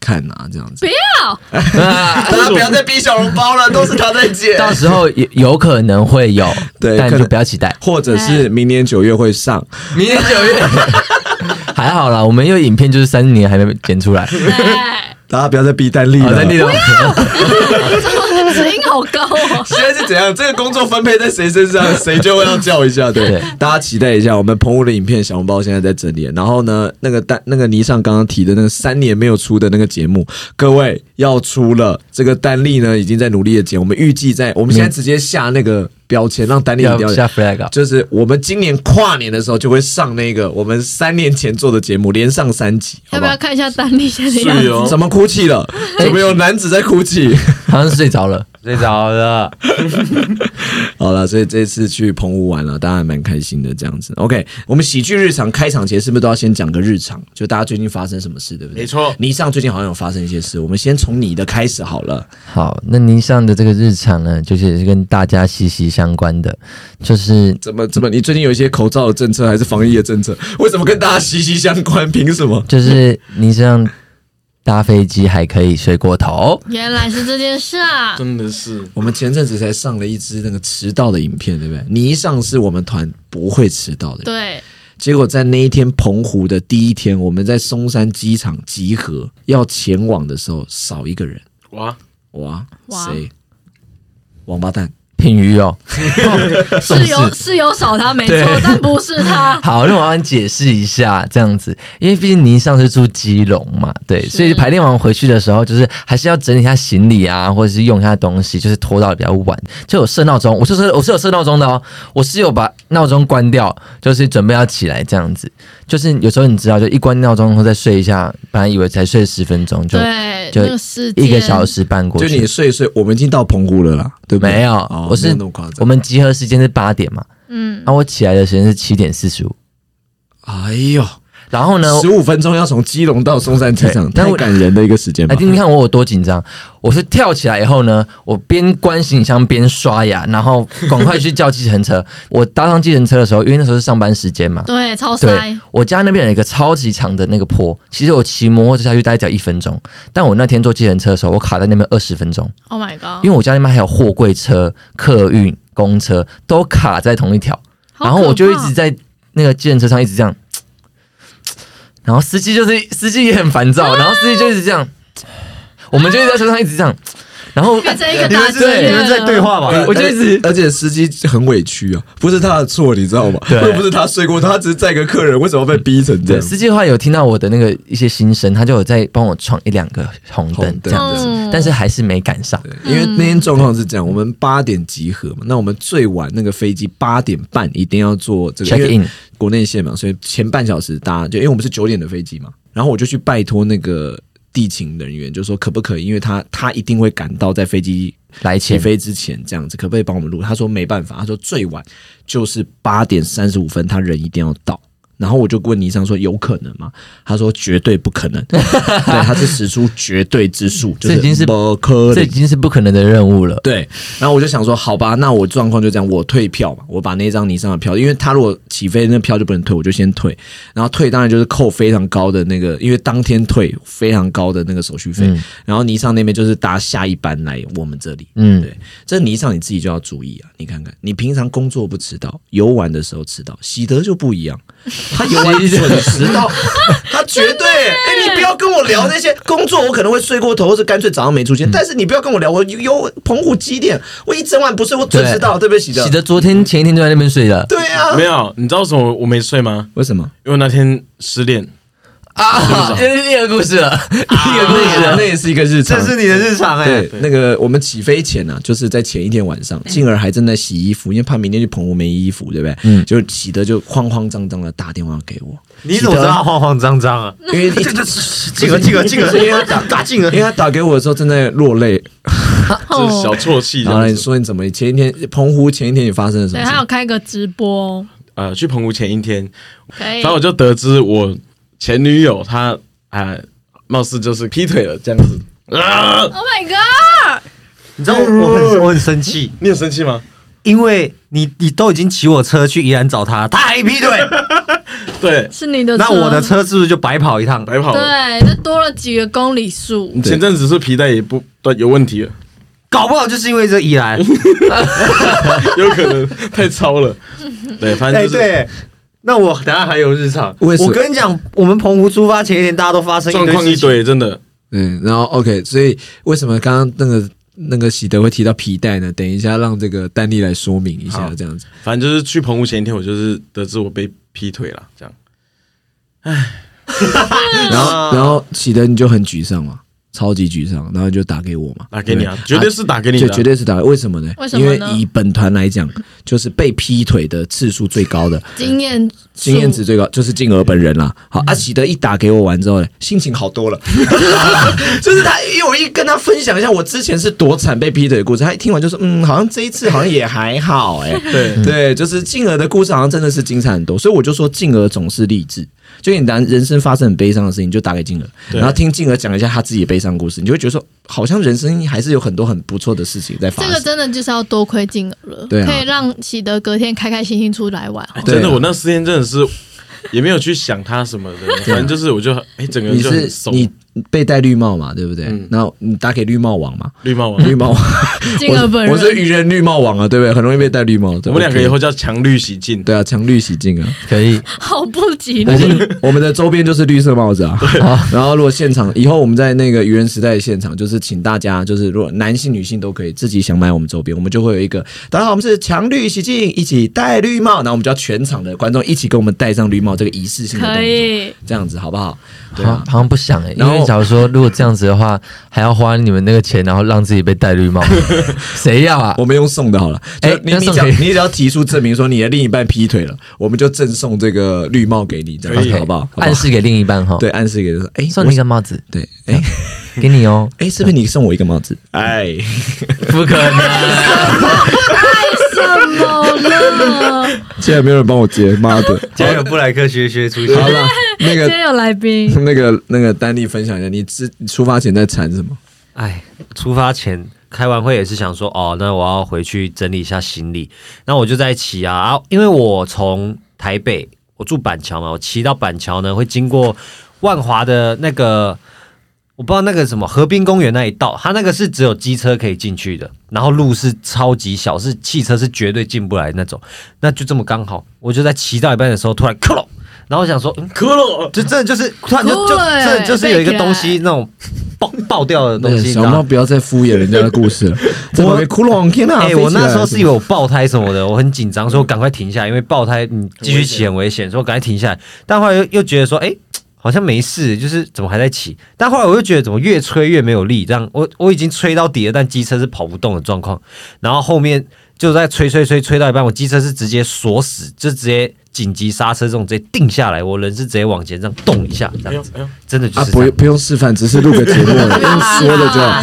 [SPEAKER 1] 看啊，这样子。
[SPEAKER 2] 不要，
[SPEAKER 1] 大家不要再逼小笼包了，都是他在借
[SPEAKER 3] 到时候有有可能会有，
[SPEAKER 1] 对
[SPEAKER 3] 但
[SPEAKER 1] 可
[SPEAKER 3] 就
[SPEAKER 1] 能
[SPEAKER 3] 不要期待。
[SPEAKER 1] 或者是明年九月会上，
[SPEAKER 3] 明年九月还好啦，我们有影片就是三年还没剪出来，
[SPEAKER 2] 哎，
[SPEAKER 1] 大家不要再逼丹力
[SPEAKER 3] 好
[SPEAKER 4] 哦
[SPEAKER 1] 了。
[SPEAKER 3] 在那 种
[SPEAKER 2] 声音好高哦，
[SPEAKER 1] 现在是怎样？这个工作分配在谁身 上，谁就会要叫一下，对
[SPEAKER 3] 对
[SPEAKER 1] 大家期待一下，我们澎湖的影片小红包现在在整理，然后呢，那个单那个倪尚刚刚提的那个三年没有出的那个节目，各位要出了，这个丹力呢已经在努力的剪，我们预计在我们现在直接下那个标签，让丹力一定
[SPEAKER 3] 要
[SPEAKER 1] 要
[SPEAKER 3] 下 flag 啊。
[SPEAKER 1] 就是我们今年跨年的时候就会上那个我们三年前做的节目，连上三集，好
[SPEAKER 2] 要
[SPEAKER 1] 不
[SPEAKER 2] 不
[SPEAKER 1] 好
[SPEAKER 2] 要？看一下丹丽现在的样
[SPEAKER 4] 是
[SPEAKER 2] 子？
[SPEAKER 4] 哦，
[SPEAKER 1] 怎么哭泣了？怎么有男子在哭泣？
[SPEAKER 3] 好像是睡着了。
[SPEAKER 5] 睡着了，
[SPEAKER 1] 好了，所以这次去澎湖玩了，大家还蛮开心的这样子。OK，我们喜剧日常开场前是不是都要先讲个日常？就大家最近发生什么事，对不对？
[SPEAKER 4] 没错
[SPEAKER 1] 你上最近好像有发生一些事，我们先从你的开始好了。
[SPEAKER 3] 好，那您上的这个日常呢，就是也是跟大家息息相关的，就是
[SPEAKER 1] 怎么怎么？你最近有一些口罩的政策还是防疫的政策？为什么跟大家息息相关？凭什么？
[SPEAKER 3] 就是您上搭飞机还可以睡过头，
[SPEAKER 2] 原来是这件事啊！
[SPEAKER 4] 真的是
[SPEAKER 1] 我们前阵子才上了一支那个迟到的影片，对不对？你一上是我们团不会迟到的，
[SPEAKER 2] 对，
[SPEAKER 1] 结果在那一天澎湖的第一天，我们在松山机场集合要前往的时候，少一个人。
[SPEAKER 4] 哇，
[SPEAKER 1] 哇，
[SPEAKER 2] 哇
[SPEAKER 1] 谁？王八蛋！
[SPEAKER 3] 品鱼哦。
[SPEAKER 2] 是有是有少他没错
[SPEAKER 3] 对，
[SPEAKER 2] 但不是他。
[SPEAKER 3] 好，那我帮你解释一下这样子，因为毕竟您上是住基隆嘛，对，所以排练完回去的时候，就是还是要整理一下行李啊，或者是用一下东西，就是拖到比较晚。就有设闹钟，我就是我是有设闹钟的哦，我是有把闹钟关掉，就是准备要起来这样子。就是有时候你知道，就一关闹钟后再睡一下，本来以为才睡十分钟，就
[SPEAKER 2] 对，
[SPEAKER 3] 就
[SPEAKER 2] 那个事件
[SPEAKER 3] 一个小时半过
[SPEAKER 1] 就
[SPEAKER 3] 去
[SPEAKER 1] 你。睡一睡，我们已经到澎湖了啦，对不对？
[SPEAKER 3] 没有，
[SPEAKER 1] 哦
[SPEAKER 3] 我是
[SPEAKER 1] 没有那么夸
[SPEAKER 3] 我
[SPEAKER 1] 张。
[SPEAKER 3] 们集合时间是八点嘛，
[SPEAKER 2] 嗯，
[SPEAKER 3] 然后我起来的时间是七点四十五，
[SPEAKER 1] 哎呦，
[SPEAKER 3] 然后呢，
[SPEAKER 1] 十五分钟要从基隆到松山机场，
[SPEAKER 3] 对
[SPEAKER 1] 太感人的一个时间吧
[SPEAKER 3] 来，。听听哎看我有多紧张。我是跳起来以后呢，我边关行李箱边刷牙，然后赶快去叫计程车。 我搭上计程车的时候，因为那时候是上班时间嘛，
[SPEAKER 2] 对，超
[SPEAKER 3] 对
[SPEAKER 2] 塞，
[SPEAKER 3] 我家那边有一个超级长的那个坡，其实我骑摩托车下去大概只要一分钟，但我那天坐计程车的时候，我卡在那边二十分钟，
[SPEAKER 2] ，Oh my god！
[SPEAKER 3] 因为我家那边还有货柜车、客运、公车都卡在同一条，然后我就一直
[SPEAKER 2] 在，
[SPEAKER 3] 在那个计程车上一直这样，然后司机就是司机也很烦躁，然后司机就一直这样，我们就一直在车上一直这样，然后
[SPEAKER 2] 变 成一个
[SPEAKER 5] 你
[SPEAKER 2] 大啊
[SPEAKER 5] 们
[SPEAKER 2] 字
[SPEAKER 5] 是
[SPEAKER 2] 月
[SPEAKER 5] 你们在对话吧？
[SPEAKER 1] 呃
[SPEAKER 3] 我就一直
[SPEAKER 1] 而而且司机很委屈啊，不是他的错，你知道吗？
[SPEAKER 3] 对
[SPEAKER 1] 又 不是他睡过头，他只是载个客人，为什么被逼成这
[SPEAKER 3] 对
[SPEAKER 1] 样？
[SPEAKER 3] 司机的话有听到我的那个一些心声，他就有在帮我闯一两个红
[SPEAKER 1] 红
[SPEAKER 3] 灯这
[SPEAKER 1] 灯
[SPEAKER 3] 样子，
[SPEAKER 2] 嗯
[SPEAKER 3] 但是还是没赶上。
[SPEAKER 1] 因为那天状况是这样，我们八点集合嘛，那我们最晚那个飞机八点半一定要做这个
[SPEAKER 3] Check in，
[SPEAKER 1] 因为国内线嘛，所以前半小时搭，就因为我们是九点的飞机嘛，然后我就去拜托那个地勤人员，就说可不可以，因为他他一定会赶到在飞机
[SPEAKER 3] 来
[SPEAKER 1] 起
[SPEAKER 3] 前
[SPEAKER 1] 飞之前这样子，可不可以帮我们录？他说没办法，他说最晚就是八点三十五分，他人一定要到。然后我就问倪尚说有可能吗？他说绝对不可 能，对，他是使出绝对之术，就
[SPEAKER 3] 这已经是
[SPEAKER 1] 不可
[SPEAKER 3] 这
[SPEAKER 1] 能
[SPEAKER 3] 已经是不可能的任务了。
[SPEAKER 1] 对，然后我就想说，好吧，那我状况就这样，我退票嘛，我把那张尼桑的票，因为他如果起飞那票就不能退，我就先退。然后退当然就是扣非常高的那个，因为当天退非常高的那个手续费。然后尼桑那边就是搭下一班来我们这里。
[SPEAKER 3] 嗯，
[SPEAKER 1] 对，这尼桑你自己就要注意啊！你看看，你平常工作不迟到，游玩的时候迟到，喜德就不一样，他游玩准时 到，他绝对。哎、你不要跟我聊那些工作，我可能会睡过头，或是干脆早上没出现。
[SPEAKER 2] 嗯
[SPEAKER 1] 但是你不要跟我聊，我游澎湖几点，我一整晚不睡，我准时到，对不对，喜德？
[SPEAKER 3] 喜得昨天前一天就在那边睡了。
[SPEAKER 1] 对啊
[SPEAKER 4] 没，有，你知道为什么我没睡吗？
[SPEAKER 1] 为什么？
[SPEAKER 4] 因为那天失恋。
[SPEAKER 3] 啊，这是第二个故事了，第二个故事
[SPEAKER 1] 啊那
[SPEAKER 3] 了。
[SPEAKER 1] 那也是一个日常，
[SPEAKER 5] 你的日常哎
[SPEAKER 1] 对，那个我们起飞前呢、啊，就是在前一天晚上，
[SPEAKER 2] 嗯
[SPEAKER 1] 静儿还正在洗衣服，因为怕明天去澎湖没衣服，对不对？嗯，就喜德就慌慌张张的打电话给 我，
[SPEAKER 5] 你怎么知道他慌慌张张啊？
[SPEAKER 1] 因为一
[SPEAKER 5] 这这个这个这个，因为打打 进
[SPEAKER 1] 因为
[SPEAKER 5] 了，
[SPEAKER 1] 他打给我的时候正在落 泪，
[SPEAKER 4] 就是小啜泣这
[SPEAKER 1] 然后
[SPEAKER 4] 样
[SPEAKER 1] 你
[SPEAKER 4] 子。
[SPEAKER 1] 说你怎么前一天澎湖前一天你发生了什
[SPEAKER 2] 对
[SPEAKER 1] 么
[SPEAKER 2] 他有
[SPEAKER 1] 事？
[SPEAKER 2] 开个直播，
[SPEAKER 4] 呃，去澎湖前一天，
[SPEAKER 2] 可以
[SPEAKER 4] 然后我就得知我前女友她啊、貌似就是劈腿了这样子。啊，
[SPEAKER 2] Oh my god！
[SPEAKER 5] 你知道我我很我很生气，
[SPEAKER 4] 你有生气吗？
[SPEAKER 5] 因为你你都已经骑我车去宜兰找他，他 还劈腿，
[SPEAKER 2] 啊
[SPEAKER 4] 对，
[SPEAKER 2] 是你的车，
[SPEAKER 5] 那我的车是不是就白跑一趟？
[SPEAKER 4] 白跑了。
[SPEAKER 2] 对，这多了几个公里数
[SPEAKER 4] 你，前阵子是皮带也不断有问题了，
[SPEAKER 5] 搞不好就是因为这宜兰，
[SPEAKER 4] 有可能太超了。对， 反正
[SPEAKER 5] 哎
[SPEAKER 4] 就是、
[SPEAKER 5] 对。那我等下还有日常，
[SPEAKER 1] 为什么
[SPEAKER 5] 我跟你讲，我们澎湖出发前一天，大家都发生
[SPEAKER 4] 状况一
[SPEAKER 5] 事情，
[SPEAKER 4] 堆，真的。
[SPEAKER 1] 嗯，然后 OK，所以为什么刚刚那个那个喜德会提到皮带呢？等一下让这个丹妮来说明一下，
[SPEAKER 4] 好
[SPEAKER 1] 这样子。
[SPEAKER 4] 反正就是去澎湖前一天，我就是得知我被劈腿了，这样。
[SPEAKER 1] 然后然后喜德你就很沮丧嘛，超级沮丧，然后你就打给我嘛，
[SPEAKER 4] 打给你啊
[SPEAKER 1] 不
[SPEAKER 4] 绝对是打给你的
[SPEAKER 1] 对，绝对是打给。为什么呢？
[SPEAKER 2] 为什么呢
[SPEAKER 1] 因为以本团来讲，就是被劈腿的次数最高的，
[SPEAKER 2] 经验数
[SPEAKER 1] 经验值最高就是静儿本人啦。
[SPEAKER 4] 嗯
[SPEAKER 1] 好，阿喜德一打给我完之后呢，心情好 多了， 就是他，因为我一跟他分享一下我之前是多惨被劈腿的故事，他一听完就说，嗯，好像这一次好像也还好、欸，哎，
[SPEAKER 4] 对，
[SPEAKER 1] 对，就是静儿的故事好像真的是精彩很多，所以我就说静儿总是励志。就你男人生发生很悲伤的事情，你就打给静儿，
[SPEAKER 4] 对
[SPEAKER 1] 然后听静儿讲一下她自己的悲伤故事，你就会觉得说，好像人生还是有很多很不错的事情在发
[SPEAKER 2] 这
[SPEAKER 1] 生。
[SPEAKER 2] 个真的就是要多亏金额了，
[SPEAKER 1] 对啊
[SPEAKER 2] 可以让喜德隔天开开心心出来玩。
[SPEAKER 4] 哎
[SPEAKER 1] 对啊
[SPEAKER 4] 真的，我那四天真的是也没有去想他什么的，反正就是我就哎、整个人
[SPEAKER 1] 你
[SPEAKER 4] 就很
[SPEAKER 1] 是
[SPEAKER 4] 松。
[SPEAKER 1] 你被戴绿帽嘛，对不对？
[SPEAKER 4] 嗯
[SPEAKER 1] 然后你打给绿帽王嘛，
[SPEAKER 4] 绿帽王，
[SPEAKER 1] 绿帽王。
[SPEAKER 2] 金额本人
[SPEAKER 1] 我是愚人绿帽王啊，对不对？很容易被戴绿帽。
[SPEAKER 4] 我
[SPEAKER 1] 对
[SPEAKER 4] 们两个
[SPEAKER 1] OK
[SPEAKER 4] 以后叫强绿洗净。
[SPEAKER 1] 对啊，强绿洗净啊。
[SPEAKER 3] 可以，
[SPEAKER 2] 好不吉
[SPEAKER 1] 我
[SPEAKER 2] 利，
[SPEAKER 1] 们我们的周边就是绿色帽子啊。然后如果现场以后我们在那个愚人时代的现场，就是请大家就是如果男性女性都可以自己想买我们周边，我们就会有一个。大家好，我们是强绿洗净，一起戴绿帽。然后我们就要全场的观众一起跟我们戴上绿帽这个仪式性的动
[SPEAKER 2] 可
[SPEAKER 1] 作，
[SPEAKER 2] 以。
[SPEAKER 1] 这样子好不好？
[SPEAKER 3] 好
[SPEAKER 1] 对啊
[SPEAKER 3] 像。好像不想哎、
[SPEAKER 1] 然
[SPEAKER 3] 因
[SPEAKER 1] 后
[SPEAKER 3] 为假如说如果这样子的话，还要花你们那个钱，然后让自己被戴 绿帽，谁要啊？
[SPEAKER 1] 我们用送的好了，就
[SPEAKER 3] 哎
[SPEAKER 1] 你
[SPEAKER 3] 那
[SPEAKER 1] 你
[SPEAKER 3] 送
[SPEAKER 1] 只要
[SPEAKER 3] 给
[SPEAKER 1] 你只要提出证明说你的另一半劈腿了，我们就赠送这个绿帽给你，这样
[SPEAKER 4] 可以
[SPEAKER 1] 子好不好？好不好
[SPEAKER 3] 暗示给另一半哈，
[SPEAKER 1] 对，，暗示给他说，哎、
[SPEAKER 3] 送
[SPEAKER 1] 我
[SPEAKER 3] 你一个帽子，
[SPEAKER 1] 对，哎、
[SPEAKER 3] 给你 哦，
[SPEAKER 1] 哎、是不是你送我一个帽子？哎，
[SPEAKER 3] 不可能，
[SPEAKER 2] 什么了？
[SPEAKER 1] 竟然没有人帮我接，妈的！
[SPEAKER 5] 今天有布莱克学学出现，
[SPEAKER 1] 好 了，那
[SPEAKER 2] 今
[SPEAKER 1] 个
[SPEAKER 2] 天有来宾，
[SPEAKER 1] 那个那个丹妮分享一下，你之你出发前在馋什么？
[SPEAKER 5] 哎，出发前开完会也是想说，哦，那我要回去整理一下行李。那我就在骑啊，啊因为我从台北，我住板桥嘛，我骑到板桥呢，会经过万华的那个，我不知道那个什么河滨公园那一道，它那个是只有机车可以进去的，然后路是超级小，是汽车是绝对进不来的那种。那就这么刚好，我就在骑到一半的时候，突然克隆，然后我想说，嗯，
[SPEAKER 4] 可乐，
[SPEAKER 5] 就真的就是突然就
[SPEAKER 2] 哭
[SPEAKER 5] 就
[SPEAKER 2] 了
[SPEAKER 5] 真的就是有一个
[SPEAKER 2] 背起来
[SPEAKER 5] 东西那种爆爆掉的东西，你知
[SPEAKER 1] 小
[SPEAKER 5] 道
[SPEAKER 1] 猫
[SPEAKER 5] 吗？
[SPEAKER 1] 不要再敷衍人家的故事 了。怎么窟窿天啊！飞
[SPEAKER 5] 哎、
[SPEAKER 1] 起来
[SPEAKER 5] 我那时候是
[SPEAKER 1] 了
[SPEAKER 5] 有爆胎什么的，我很紧张，说赶快停下来，因为爆胎你继续骑很危险，所以我赶快停下来。但后来又又觉得说，哎、好像没事，就是怎么还在骑？但后来我又觉得怎么越吹越没有力，这样我我已经吹到底了，但机车是跑不动的状况。然后后面就在吹吹吹吹到一半，我机车是直接锁死，就直接紧急刹车这种直接定下来，我人是直接往前这样动一下，这
[SPEAKER 4] 哎
[SPEAKER 5] 样
[SPEAKER 4] 呦
[SPEAKER 5] 子，
[SPEAKER 4] 哎呦，
[SPEAKER 5] 真的就
[SPEAKER 1] 啊，
[SPEAKER 5] 是
[SPEAKER 1] 不
[SPEAKER 5] 这
[SPEAKER 1] 用
[SPEAKER 5] 样。
[SPEAKER 1] 不用示范，只是录个节目了， 用说的就好。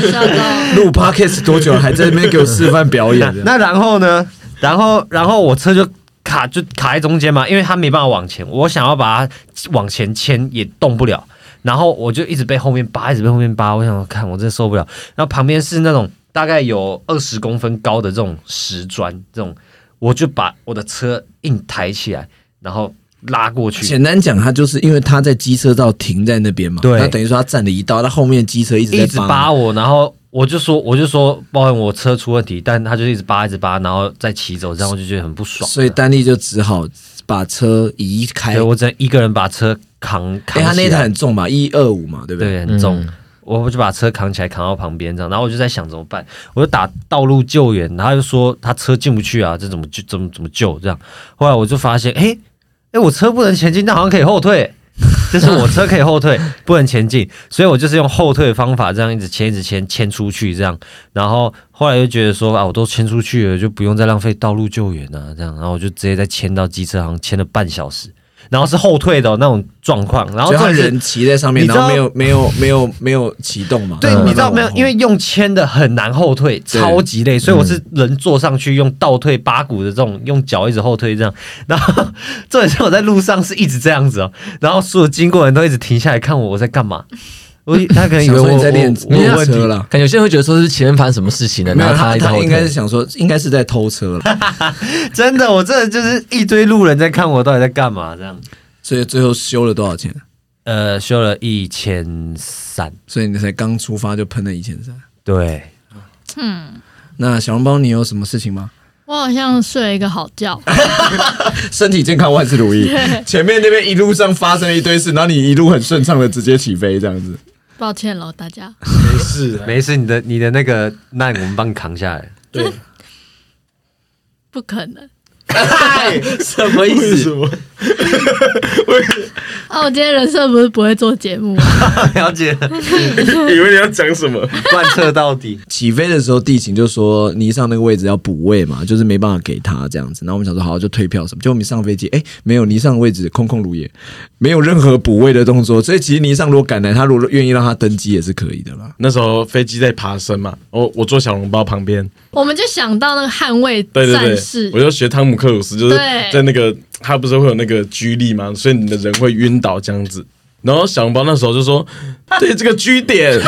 [SPEAKER 1] 录 podcast 多久了，还在那边给我示范表演 的？
[SPEAKER 5] 那然后呢？然后然后我车就卡就卡在中间嘛，因为它没办法往前，我想要把它往前牵也动不了，然后我就一直被后面扒，一直被后面扒，我想说看我真的受不了。然后旁边是那种大概有二十公分高的这种石砖，这种我就把我的车硬抬起来，然后拉过去。
[SPEAKER 1] 简单讲，他就是因为他在机车道停在那边嘛，
[SPEAKER 5] 对
[SPEAKER 1] 他等于说他占了一道，他后面的机车一直
[SPEAKER 5] 一
[SPEAKER 1] 在
[SPEAKER 5] 直扒我，然后我就说我就说抱怨我车出问题，但他就一直扒一直扒，然后再骑走，这样我就觉得很不爽。
[SPEAKER 1] 所以丹尼就只好把车移开。
[SPEAKER 5] 对我只能一个人把车扛扛
[SPEAKER 1] 哎，他
[SPEAKER 5] 起
[SPEAKER 1] 那一台
[SPEAKER 5] 来，
[SPEAKER 1] 很重嘛，一二五嘛，对不对？
[SPEAKER 5] 对，很重。
[SPEAKER 3] 嗯
[SPEAKER 5] 我就把车扛起来，扛到旁边这样，然后我就在想怎么办，我就打道路救援，然后他就说他车进不去啊，这怎么救，怎么怎么救这样。后来我就发现，诶，诶，我车不能前进，但好像可以后退， 就是我车可以后退， 不能前进，所以我就是用后退的方法，这样一直牵，一直牵，牵出去这样。然后后来就觉得说啊，我都牵出去了，就不用再浪费道路救援啊，这样，然后我就直接再牵到机车行，牵了半小时，然后是后退的哦、那种状况，然后
[SPEAKER 1] 就
[SPEAKER 5] 这
[SPEAKER 1] 他人骑在上面，
[SPEAKER 5] 你知
[SPEAKER 1] 然
[SPEAKER 5] 道
[SPEAKER 1] 后没有没有没有没有启动嘛？
[SPEAKER 5] 对
[SPEAKER 1] 然，后
[SPEAKER 5] 你知道
[SPEAKER 1] 慢慢
[SPEAKER 5] 没有
[SPEAKER 1] 往？后
[SPEAKER 5] 因为用牵的很难后退，
[SPEAKER 1] 对
[SPEAKER 5] 超级累，所以我是人坐上去用倒退八股的这种，用脚一直后退这样。 然后重点是我在路上是一直这样子哦，然后所有经过的人都一直停下来看我我在干嘛。我他可能以
[SPEAKER 1] 想
[SPEAKER 5] 为
[SPEAKER 1] 说
[SPEAKER 5] 我
[SPEAKER 1] 你在练
[SPEAKER 5] 我我有
[SPEAKER 1] 练
[SPEAKER 5] 问
[SPEAKER 1] 车
[SPEAKER 5] 题，
[SPEAKER 1] 了。
[SPEAKER 3] 感觉有些人会觉得说是前面发生什么事情了，
[SPEAKER 1] 啊没
[SPEAKER 3] 然
[SPEAKER 1] 有
[SPEAKER 3] 后
[SPEAKER 1] 他，
[SPEAKER 3] 一直
[SPEAKER 1] 他
[SPEAKER 3] 后
[SPEAKER 1] 应该
[SPEAKER 3] 退
[SPEAKER 1] 是想说，应该是在偷车 了，
[SPEAKER 5] 真的，我真的就是一堆路人在看我到底在干嘛这样。
[SPEAKER 1] 所以最后修了多少钱？
[SPEAKER 5] 呃，修了一千三，
[SPEAKER 1] 所以你才刚出发就喷了一千三。
[SPEAKER 5] 对，
[SPEAKER 1] 那小笼包，你有什么事情吗？
[SPEAKER 2] 我好像睡了一个好觉，
[SPEAKER 1] 身体健康，万事如意。前面那边一路上发生了一堆事，然后你一路很顺畅的直接起飞，这样子。
[SPEAKER 2] 抱歉喽大家。
[SPEAKER 4] 没事啊，
[SPEAKER 5] 没事，你的你的那个难我们帮你扛下 来。
[SPEAKER 4] 对，
[SPEAKER 2] 不可能
[SPEAKER 1] 哎什么意
[SPEAKER 4] 为什？ 么？
[SPEAKER 2] 啊！我今天人设不是不会做节目、啊，
[SPEAKER 5] 了 解了，
[SPEAKER 4] 以为你要讲什么？
[SPEAKER 5] 贯彻到底。
[SPEAKER 1] 起飞的时候，地勤就说你上那个位置要补位嘛，就是没办法给他这样子。然后我们想说好就退票什么，结果我们上飞机，哎、没有尼上位置空空如也，没有任何补位的动作。所以其实尼上如果赶来，他如果愿意让他登机也是可以的啦。
[SPEAKER 4] 那时候飞机在爬升嘛，我我坐小笼包旁边，
[SPEAKER 2] 我们就想到那个捍卫
[SPEAKER 4] 对对
[SPEAKER 2] 战士
[SPEAKER 4] 对，我就学汤姆克鲁斯，就是
[SPEAKER 2] 对
[SPEAKER 4] 在那个他不是会有那个居力嘛，所以你的人会晕倒这样子。然后小笼包那时候就说：“对这个居点，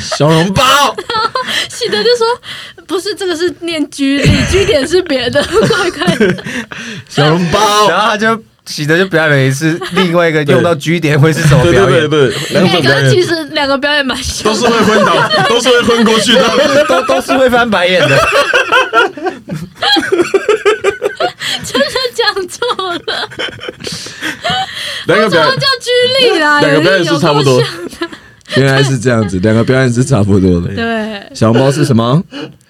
[SPEAKER 1] 小笼包，
[SPEAKER 2] 记得就说不是这个是念居 里，居点是别的，快快
[SPEAKER 1] 小笼
[SPEAKER 4] 哦
[SPEAKER 1] 包，
[SPEAKER 5] 然后他就喜德就表演了一次，另外一个用到 G 点会是什么
[SPEAKER 4] 对
[SPEAKER 5] 表
[SPEAKER 4] 对对
[SPEAKER 5] 演？
[SPEAKER 4] 对，两
[SPEAKER 2] 哎，
[SPEAKER 4] 种
[SPEAKER 2] 可
[SPEAKER 4] 表
[SPEAKER 2] 是其
[SPEAKER 4] 演
[SPEAKER 2] 实两个表演蛮像
[SPEAKER 4] 都是
[SPEAKER 2] 的，
[SPEAKER 4] 会昏 倒，都是会昏过去 的。
[SPEAKER 5] 都都是会翻白眼的。
[SPEAKER 2] 真的讲错了，
[SPEAKER 4] 两个
[SPEAKER 2] 怎
[SPEAKER 4] 表
[SPEAKER 2] 么
[SPEAKER 4] 演，
[SPEAKER 2] 叫居里啦？
[SPEAKER 4] 两个表演
[SPEAKER 2] 有
[SPEAKER 4] 是差不多
[SPEAKER 2] 有够像
[SPEAKER 1] 原来是这样子，两个表演是差不多的。
[SPEAKER 2] 对，
[SPEAKER 1] 小笼包是什么？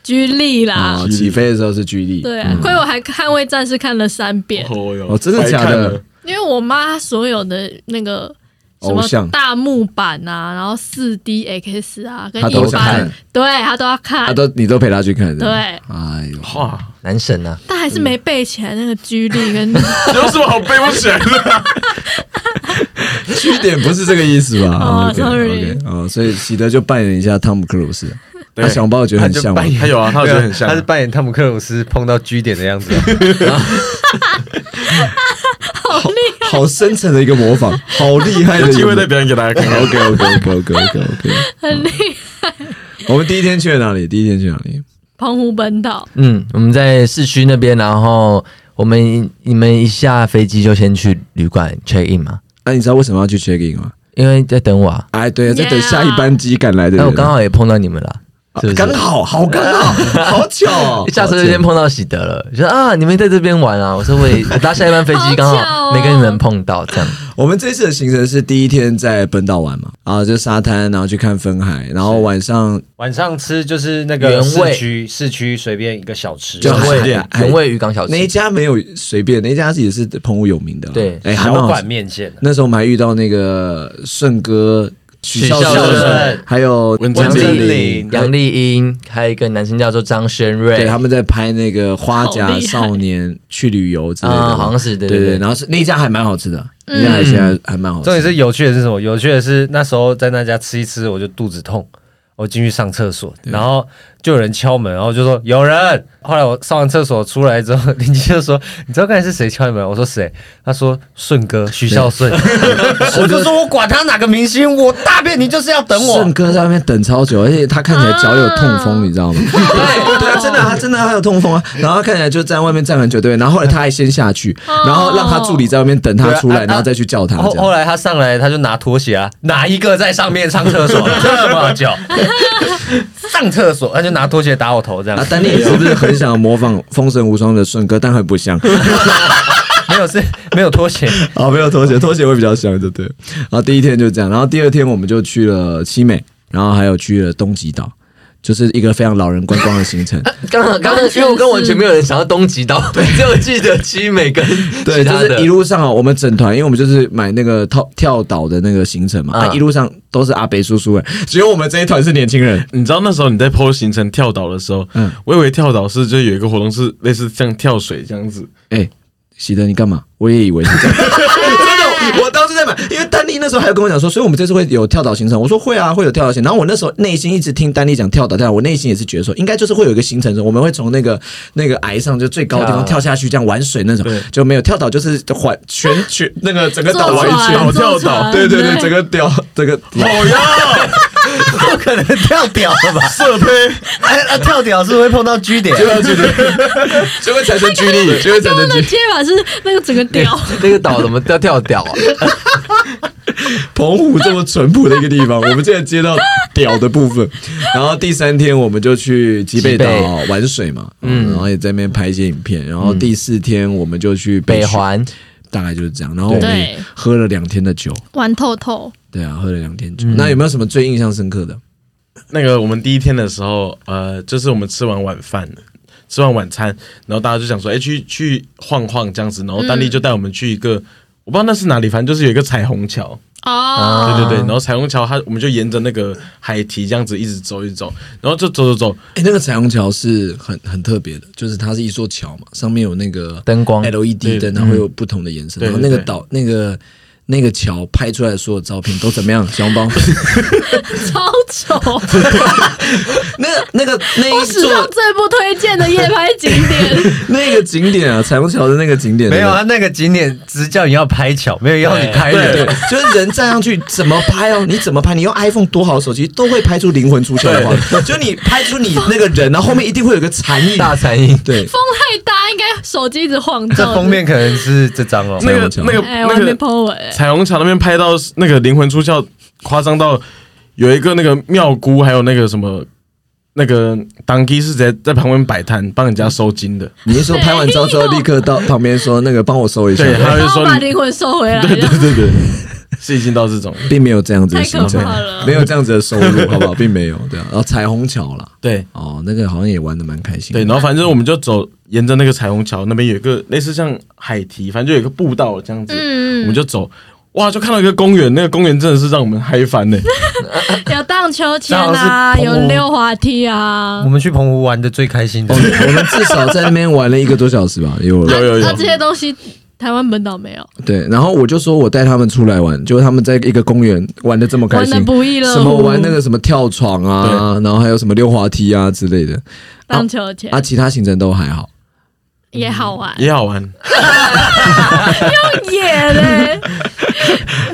[SPEAKER 2] 居里啦
[SPEAKER 4] 哦
[SPEAKER 1] 啊，，起飞的时候是居力。
[SPEAKER 2] 对
[SPEAKER 4] 嗯
[SPEAKER 2] 啊，亏我还捍卫战士看了三遍，
[SPEAKER 4] 哦哟
[SPEAKER 1] 哦真的
[SPEAKER 4] 白
[SPEAKER 1] 假
[SPEAKER 4] 看
[SPEAKER 1] 的
[SPEAKER 4] 了
[SPEAKER 2] 因为我妈所有的那个什
[SPEAKER 1] 偶像
[SPEAKER 2] 么大木板啊，然后四 D X 啊，跟
[SPEAKER 1] 她都
[SPEAKER 2] 一
[SPEAKER 1] 看
[SPEAKER 2] 般，对她都
[SPEAKER 1] 他
[SPEAKER 2] 要看，
[SPEAKER 1] 啊都你都陪他去看。
[SPEAKER 2] 对，
[SPEAKER 1] 哎呦，
[SPEAKER 4] 哇，
[SPEAKER 3] 男神啊，
[SPEAKER 2] 但还是没背起来那个居力 跟
[SPEAKER 4] 有什么好背不起来的？
[SPEAKER 1] 据点不是这个意思吧？
[SPEAKER 2] 哦
[SPEAKER 1] OK，
[SPEAKER 2] sorry
[SPEAKER 1] OK，哦，所以喜德就扮演一下汤姆克鲁斯，啊
[SPEAKER 4] 对
[SPEAKER 1] 他想把我觉得很像吗
[SPEAKER 5] 扮？演
[SPEAKER 4] 他有啊，他有觉得很像
[SPEAKER 5] 他是
[SPEAKER 4] 啊。
[SPEAKER 5] 扮演汤姆克鲁斯碰到 G 点的样子。
[SPEAKER 1] 好深沉的一个模 仿，好厉害的一个模仿。
[SPEAKER 4] 有机会再表演给大家看。
[SPEAKER 1] OK OK OK OK OK OK。
[SPEAKER 2] 很厉害。
[SPEAKER 1] 我们第一天去了哪里？第一天去哪里？
[SPEAKER 2] 澎湖本岛，
[SPEAKER 3] 嗯，我们在市区那边，然后我们你们一下飞机就先去旅馆 check in 嘛，
[SPEAKER 1] 那啊你知道为什么要去 check in 吗？
[SPEAKER 3] 因为在等我啊，
[SPEAKER 1] 哎，对，在等
[SPEAKER 2] Yeah
[SPEAKER 1] 下一班机赶来的
[SPEAKER 3] 那
[SPEAKER 1] 人。
[SPEAKER 3] 我刚好也碰到你们了，是不是？
[SPEAKER 1] 刚好，好刚 好，好巧哦！
[SPEAKER 3] 一下车就先碰到喜德了，就说啊，你们在这边玩啊！我说我 也我搭下一班飞
[SPEAKER 2] 好巧
[SPEAKER 3] 机，刚好
[SPEAKER 2] 哦
[SPEAKER 3] 没跟你们碰到，这样
[SPEAKER 1] 我们这次的行程是第一天在本岛玩嘛，然后就沙滩，然后去看分海，然后晚上
[SPEAKER 5] 晚上吃就是那
[SPEAKER 3] 原
[SPEAKER 5] 个
[SPEAKER 3] 味
[SPEAKER 5] 市区市区随便一个小吃，
[SPEAKER 1] 就
[SPEAKER 3] 原
[SPEAKER 1] 海
[SPEAKER 3] 味
[SPEAKER 1] 海
[SPEAKER 3] 原味渔港小
[SPEAKER 1] 那一
[SPEAKER 3] 吃，
[SPEAKER 1] 家没有随便，那一家也是澎湖有名的啦。
[SPEAKER 3] 对
[SPEAKER 1] 哎，还蛮
[SPEAKER 5] 小
[SPEAKER 1] 好吃
[SPEAKER 5] 馆。面线。
[SPEAKER 1] 那时候我们还遇到那个顺哥许
[SPEAKER 3] 孝
[SPEAKER 1] 顺
[SPEAKER 3] 顺
[SPEAKER 1] 还有
[SPEAKER 4] 文
[SPEAKER 1] 江
[SPEAKER 4] 正
[SPEAKER 1] 丽
[SPEAKER 4] 林
[SPEAKER 1] 玲
[SPEAKER 3] 杨丽英，还有一个男生叫做张轩瑞，
[SPEAKER 1] 对，他们在拍那个《花
[SPEAKER 2] 好
[SPEAKER 1] 甲
[SPEAKER 2] 厉害
[SPEAKER 1] 少年去旅游》之类的
[SPEAKER 3] 啊，
[SPEAKER 1] 嘛，
[SPEAKER 3] 好像是对
[SPEAKER 1] 对
[SPEAKER 3] 对
[SPEAKER 1] 然后是那一家还蛮好吃的，那家还现在还蛮好吃。
[SPEAKER 5] 哦重点是有趣的是什么？有趣的是那时候在那家吃一吃，我就肚子痛，我进去上厕所，然后就有人敲门，然后就说有人。后来我上完厕所出来之后， 邻居就说：“你知道刚才是谁敲你门？”我说：“谁？”他说：“顺哥，徐 孝顺。”我就说：“我管他哪个明星，我大便你就是要等我
[SPEAKER 1] 顺。哥在那边等超久，而且他看起来脚有痛风，
[SPEAKER 2] 啊
[SPEAKER 1] 你知道吗？对对啊，真的，他真的他有痛风啊。然后他看起来就站外面站很久，对。然后后来他还先下去，
[SPEAKER 2] 哦
[SPEAKER 1] 然后让他助理在外面等他出
[SPEAKER 5] 对啊
[SPEAKER 1] 来，
[SPEAKER 5] 啊
[SPEAKER 1] 然后再去叫”他
[SPEAKER 5] 后
[SPEAKER 1] 这
[SPEAKER 5] 后
[SPEAKER 1] 样。
[SPEAKER 5] 来他上来，他就拿拖鞋啊，哪一个在上面上厕 所这么久？上厕所他就拿拖鞋打我头这样
[SPEAKER 1] 啊，。丹尼，你是不是很想模仿《封神无双》的顺哥，但很不像？
[SPEAKER 5] 没有是没有拖鞋，
[SPEAKER 1] 哦，没有拖鞋，拖鞋会比较香，对不对？然后第一天就这样，然后第二天我们就去了西美，然后还有去了东极岛，就是一个非常老人观光的行程。
[SPEAKER 3] 刚刚刚刚，因为我刚完全没有人想到东极岛， 只有记得七美跟
[SPEAKER 1] 对，就
[SPEAKER 3] 其他
[SPEAKER 1] 是
[SPEAKER 3] 的
[SPEAKER 1] 一。路上啊，我们整团，因为我们就是买那个跳跳岛的那个行程嘛，
[SPEAKER 3] 啊
[SPEAKER 1] 啊，一路上都是阿北叔叔哎，只有我们这一团是年轻人。
[SPEAKER 4] 你知道那时候你在 PO 行程跳岛的时候，
[SPEAKER 1] 嗯
[SPEAKER 4] 我以为跳岛是就有一个活动是类似像跳水这样子，
[SPEAKER 1] 哎、喜德，你干嘛？我也以为是这样。 真的，我当时在买，因为丹妮那时候还有跟我讲说，所以我们这次会有跳岛行程。我说会啊，会有跳岛行程。然后我那时候内心一直听丹妮讲跳岛，但我内心也是觉得说，应该就是会有一个行程，我们会从那个那个崖上就最高的地方跳下去，这样玩水那种
[SPEAKER 4] 对，
[SPEAKER 1] 就没有跳岛，就是环 全全那个整个岛
[SPEAKER 2] 坐
[SPEAKER 1] 玩一
[SPEAKER 2] 船
[SPEAKER 1] 圈，
[SPEAKER 2] 坐船
[SPEAKER 1] 对对对，
[SPEAKER 2] 对
[SPEAKER 1] 整个岛整个
[SPEAKER 4] 哦哟，
[SPEAKER 5] 不可能 跳屌了吧？
[SPEAKER 4] 射飞，
[SPEAKER 5] 哎、啊，跳屌是不是会碰到 G 点，
[SPEAKER 1] 啊 就会产生距离，就会产生
[SPEAKER 2] 他
[SPEAKER 1] 距
[SPEAKER 2] 的
[SPEAKER 1] 离。
[SPEAKER 2] 接法是那个整个屌，
[SPEAKER 3] 那个岛怎么叫跳 岛啊？
[SPEAKER 1] 澎湖这么淳朴的一个地方，我们竟然接到屌的部分。然后第三天我们就去吉贝岛
[SPEAKER 3] 吉
[SPEAKER 1] 玩水嘛，嗯，然后也在那边拍一些影片。然后第四天我们就去
[SPEAKER 3] 北
[SPEAKER 1] 区，
[SPEAKER 3] 环
[SPEAKER 1] 大概就是这样。然后我们
[SPEAKER 2] 对
[SPEAKER 1] 也喝了两天的酒，
[SPEAKER 2] 玩透透。
[SPEAKER 1] 对啊，喝了两天酒。那有没有什么最印象深刻的？
[SPEAKER 4] 那个我们第一天的时候，呃，就是我们吃完晚饭，吃完晚餐，然后大家就想说，哎、去去晃晃这样子，然后丹丽就带我们去一个，我不知道那是哪里，反正就是有一个彩虹桥，
[SPEAKER 2] 哦，
[SPEAKER 1] 啊
[SPEAKER 4] 对对对，然后彩虹桥它我们就沿着那个海堤这样子一直走一直走，然后就走走走，
[SPEAKER 1] 哎，那个彩虹桥是很很特别的，就是它是一座桥嘛，上面有那个
[SPEAKER 3] 灯光
[SPEAKER 1] LED 灯，它会有不同的颜色。
[SPEAKER 4] 对
[SPEAKER 1] 然后那个
[SPEAKER 4] 对对
[SPEAKER 1] 岛那个。那个桥拍出来的所有照片都怎么样？小红包，
[SPEAKER 2] 超 丑，
[SPEAKER 1] 那那个那
[SPEAKER 2] 我
[SPEAKER 1] 一
[SPEAKER 2] 史上
[SPEAKER 1] 座
[SPEAKER 2] 最不推荐的夜拍景点。
[SPEAKER 1] 那个景点啊，彩虹桥的那个景点
[SPEAKER 5] 没有
[SPEAKER 1] 啊
[SPEAKER 5] 啊，，那个景点只叫你要拍桥，没有要你拍
[SPEAKER 1] 对
[SPEAKER 5] 人。，
[SPEAKER 1] 就是人站上去怎么拍哦，你怎么拍？你用 iPhone 多好的手机都会拍出灵魂出窍的话，就你拍出你那个人，然后后面一定会有个残影。
[SPEAKER 3] 大餐饮，
[SPEAKER 1] 对，
[SPEAKER 2] 风太大，应该手机一直晃
[SPEAKER 5] 这
[SPEAKER 2] 动。
[SPEAKER 5] 封面可能是这张哦，
[SPEAKER 4] 那
[SPEAKER 1] 彩
[SPEAKER 4] 个
[SPEAKER 1] 虹桥
[SPEAKER 4] 那个
[SPEAKER 2] 哎，我还
[SPEAKER 4] 那
[SPEAKER 2] 没
[SPEAKER 4] 个
[SPEAKER 2] po 文。
[SPEAKER 4] 彩虹桥那边拍到那个灵魂出窍，夸张到有一个那个妙姑，还有那个什么。那个当机是直接在旁边摆摊帮人家收金的，
[SPEAKER 1] 你一说拍完照之后，立刻到旁边说那个帮我收一下，
[SPEAKER 4] 对，他就
[SPEAKER 2] 然后
[SPEAKER 4] 说
[SPEAKER 2] 把
[SPEAKER 4] 你，
[SPEAKER 2] 灵魂收回来。
[SPEAKER 4] 对对对对， 是已经到这种，
[SPEAKER 1] 并没有这样子的
[SPEAKER 2] 太
[SPEAKER 1] 行
[SPEAKER 2] 可
[SPEAKER 1] 程
[SPEAKER 2] 怕，了
[SPEAKER 1] 没有这样子的收入，好不好？并没有，对啊。然后彩虹桥啦，
[SPEAKER 4] 对
[SPEAKER 1] 哦，那个好像也玩的蛮开心的。
[SPEAKER 4] 对，然后反正我们就走沿着那个彩虹桥那边有一个类似像海堤，反正就有一个步道这样子，
[SPEAKER 2] 嗯
[SPEAKER 4] 我们就走，哇，就看到一个公园，那个公园真的是让我们嗨翻呢、
[SPEAKER 2] 有荡秋千啊，
[SPEAKER 5] 这好像是
[SPEAKER 2] 有
[SPEAKER 5] 澎湖
[SPEAKER 2] 溜滑梯啊
[SPEAKER 5] 我，们去澎湖玩的最开心的
[SPEAKER 1] 哦，，我们至少在那边玩了一个多小时吧，有
[SPEAKER 4] 有有有
[SPEAKER 2] 那啊这些东西台湾本岛没有，
[SPEAKER 1] 对，然后我就说我带他们出来玩，结果他们在一个公园玩的这么开
[SPEAKER 2] 玩
[SPEAKER 1] 心，
[SPEAKER 2] 的不亦乐乎。
[SPEAKER 1] 什么玩那个什么跳床啊，然后还有什么溜滑梯啊之类的，
[SPEAKER 2] 荡秋千
[SPEAKER 1] 啊，其他行程都还好。
[SPEAKER 2] 也好玩，
[SPEAKER 4] 也好玩，
[SPEAKER 2] 也嘞，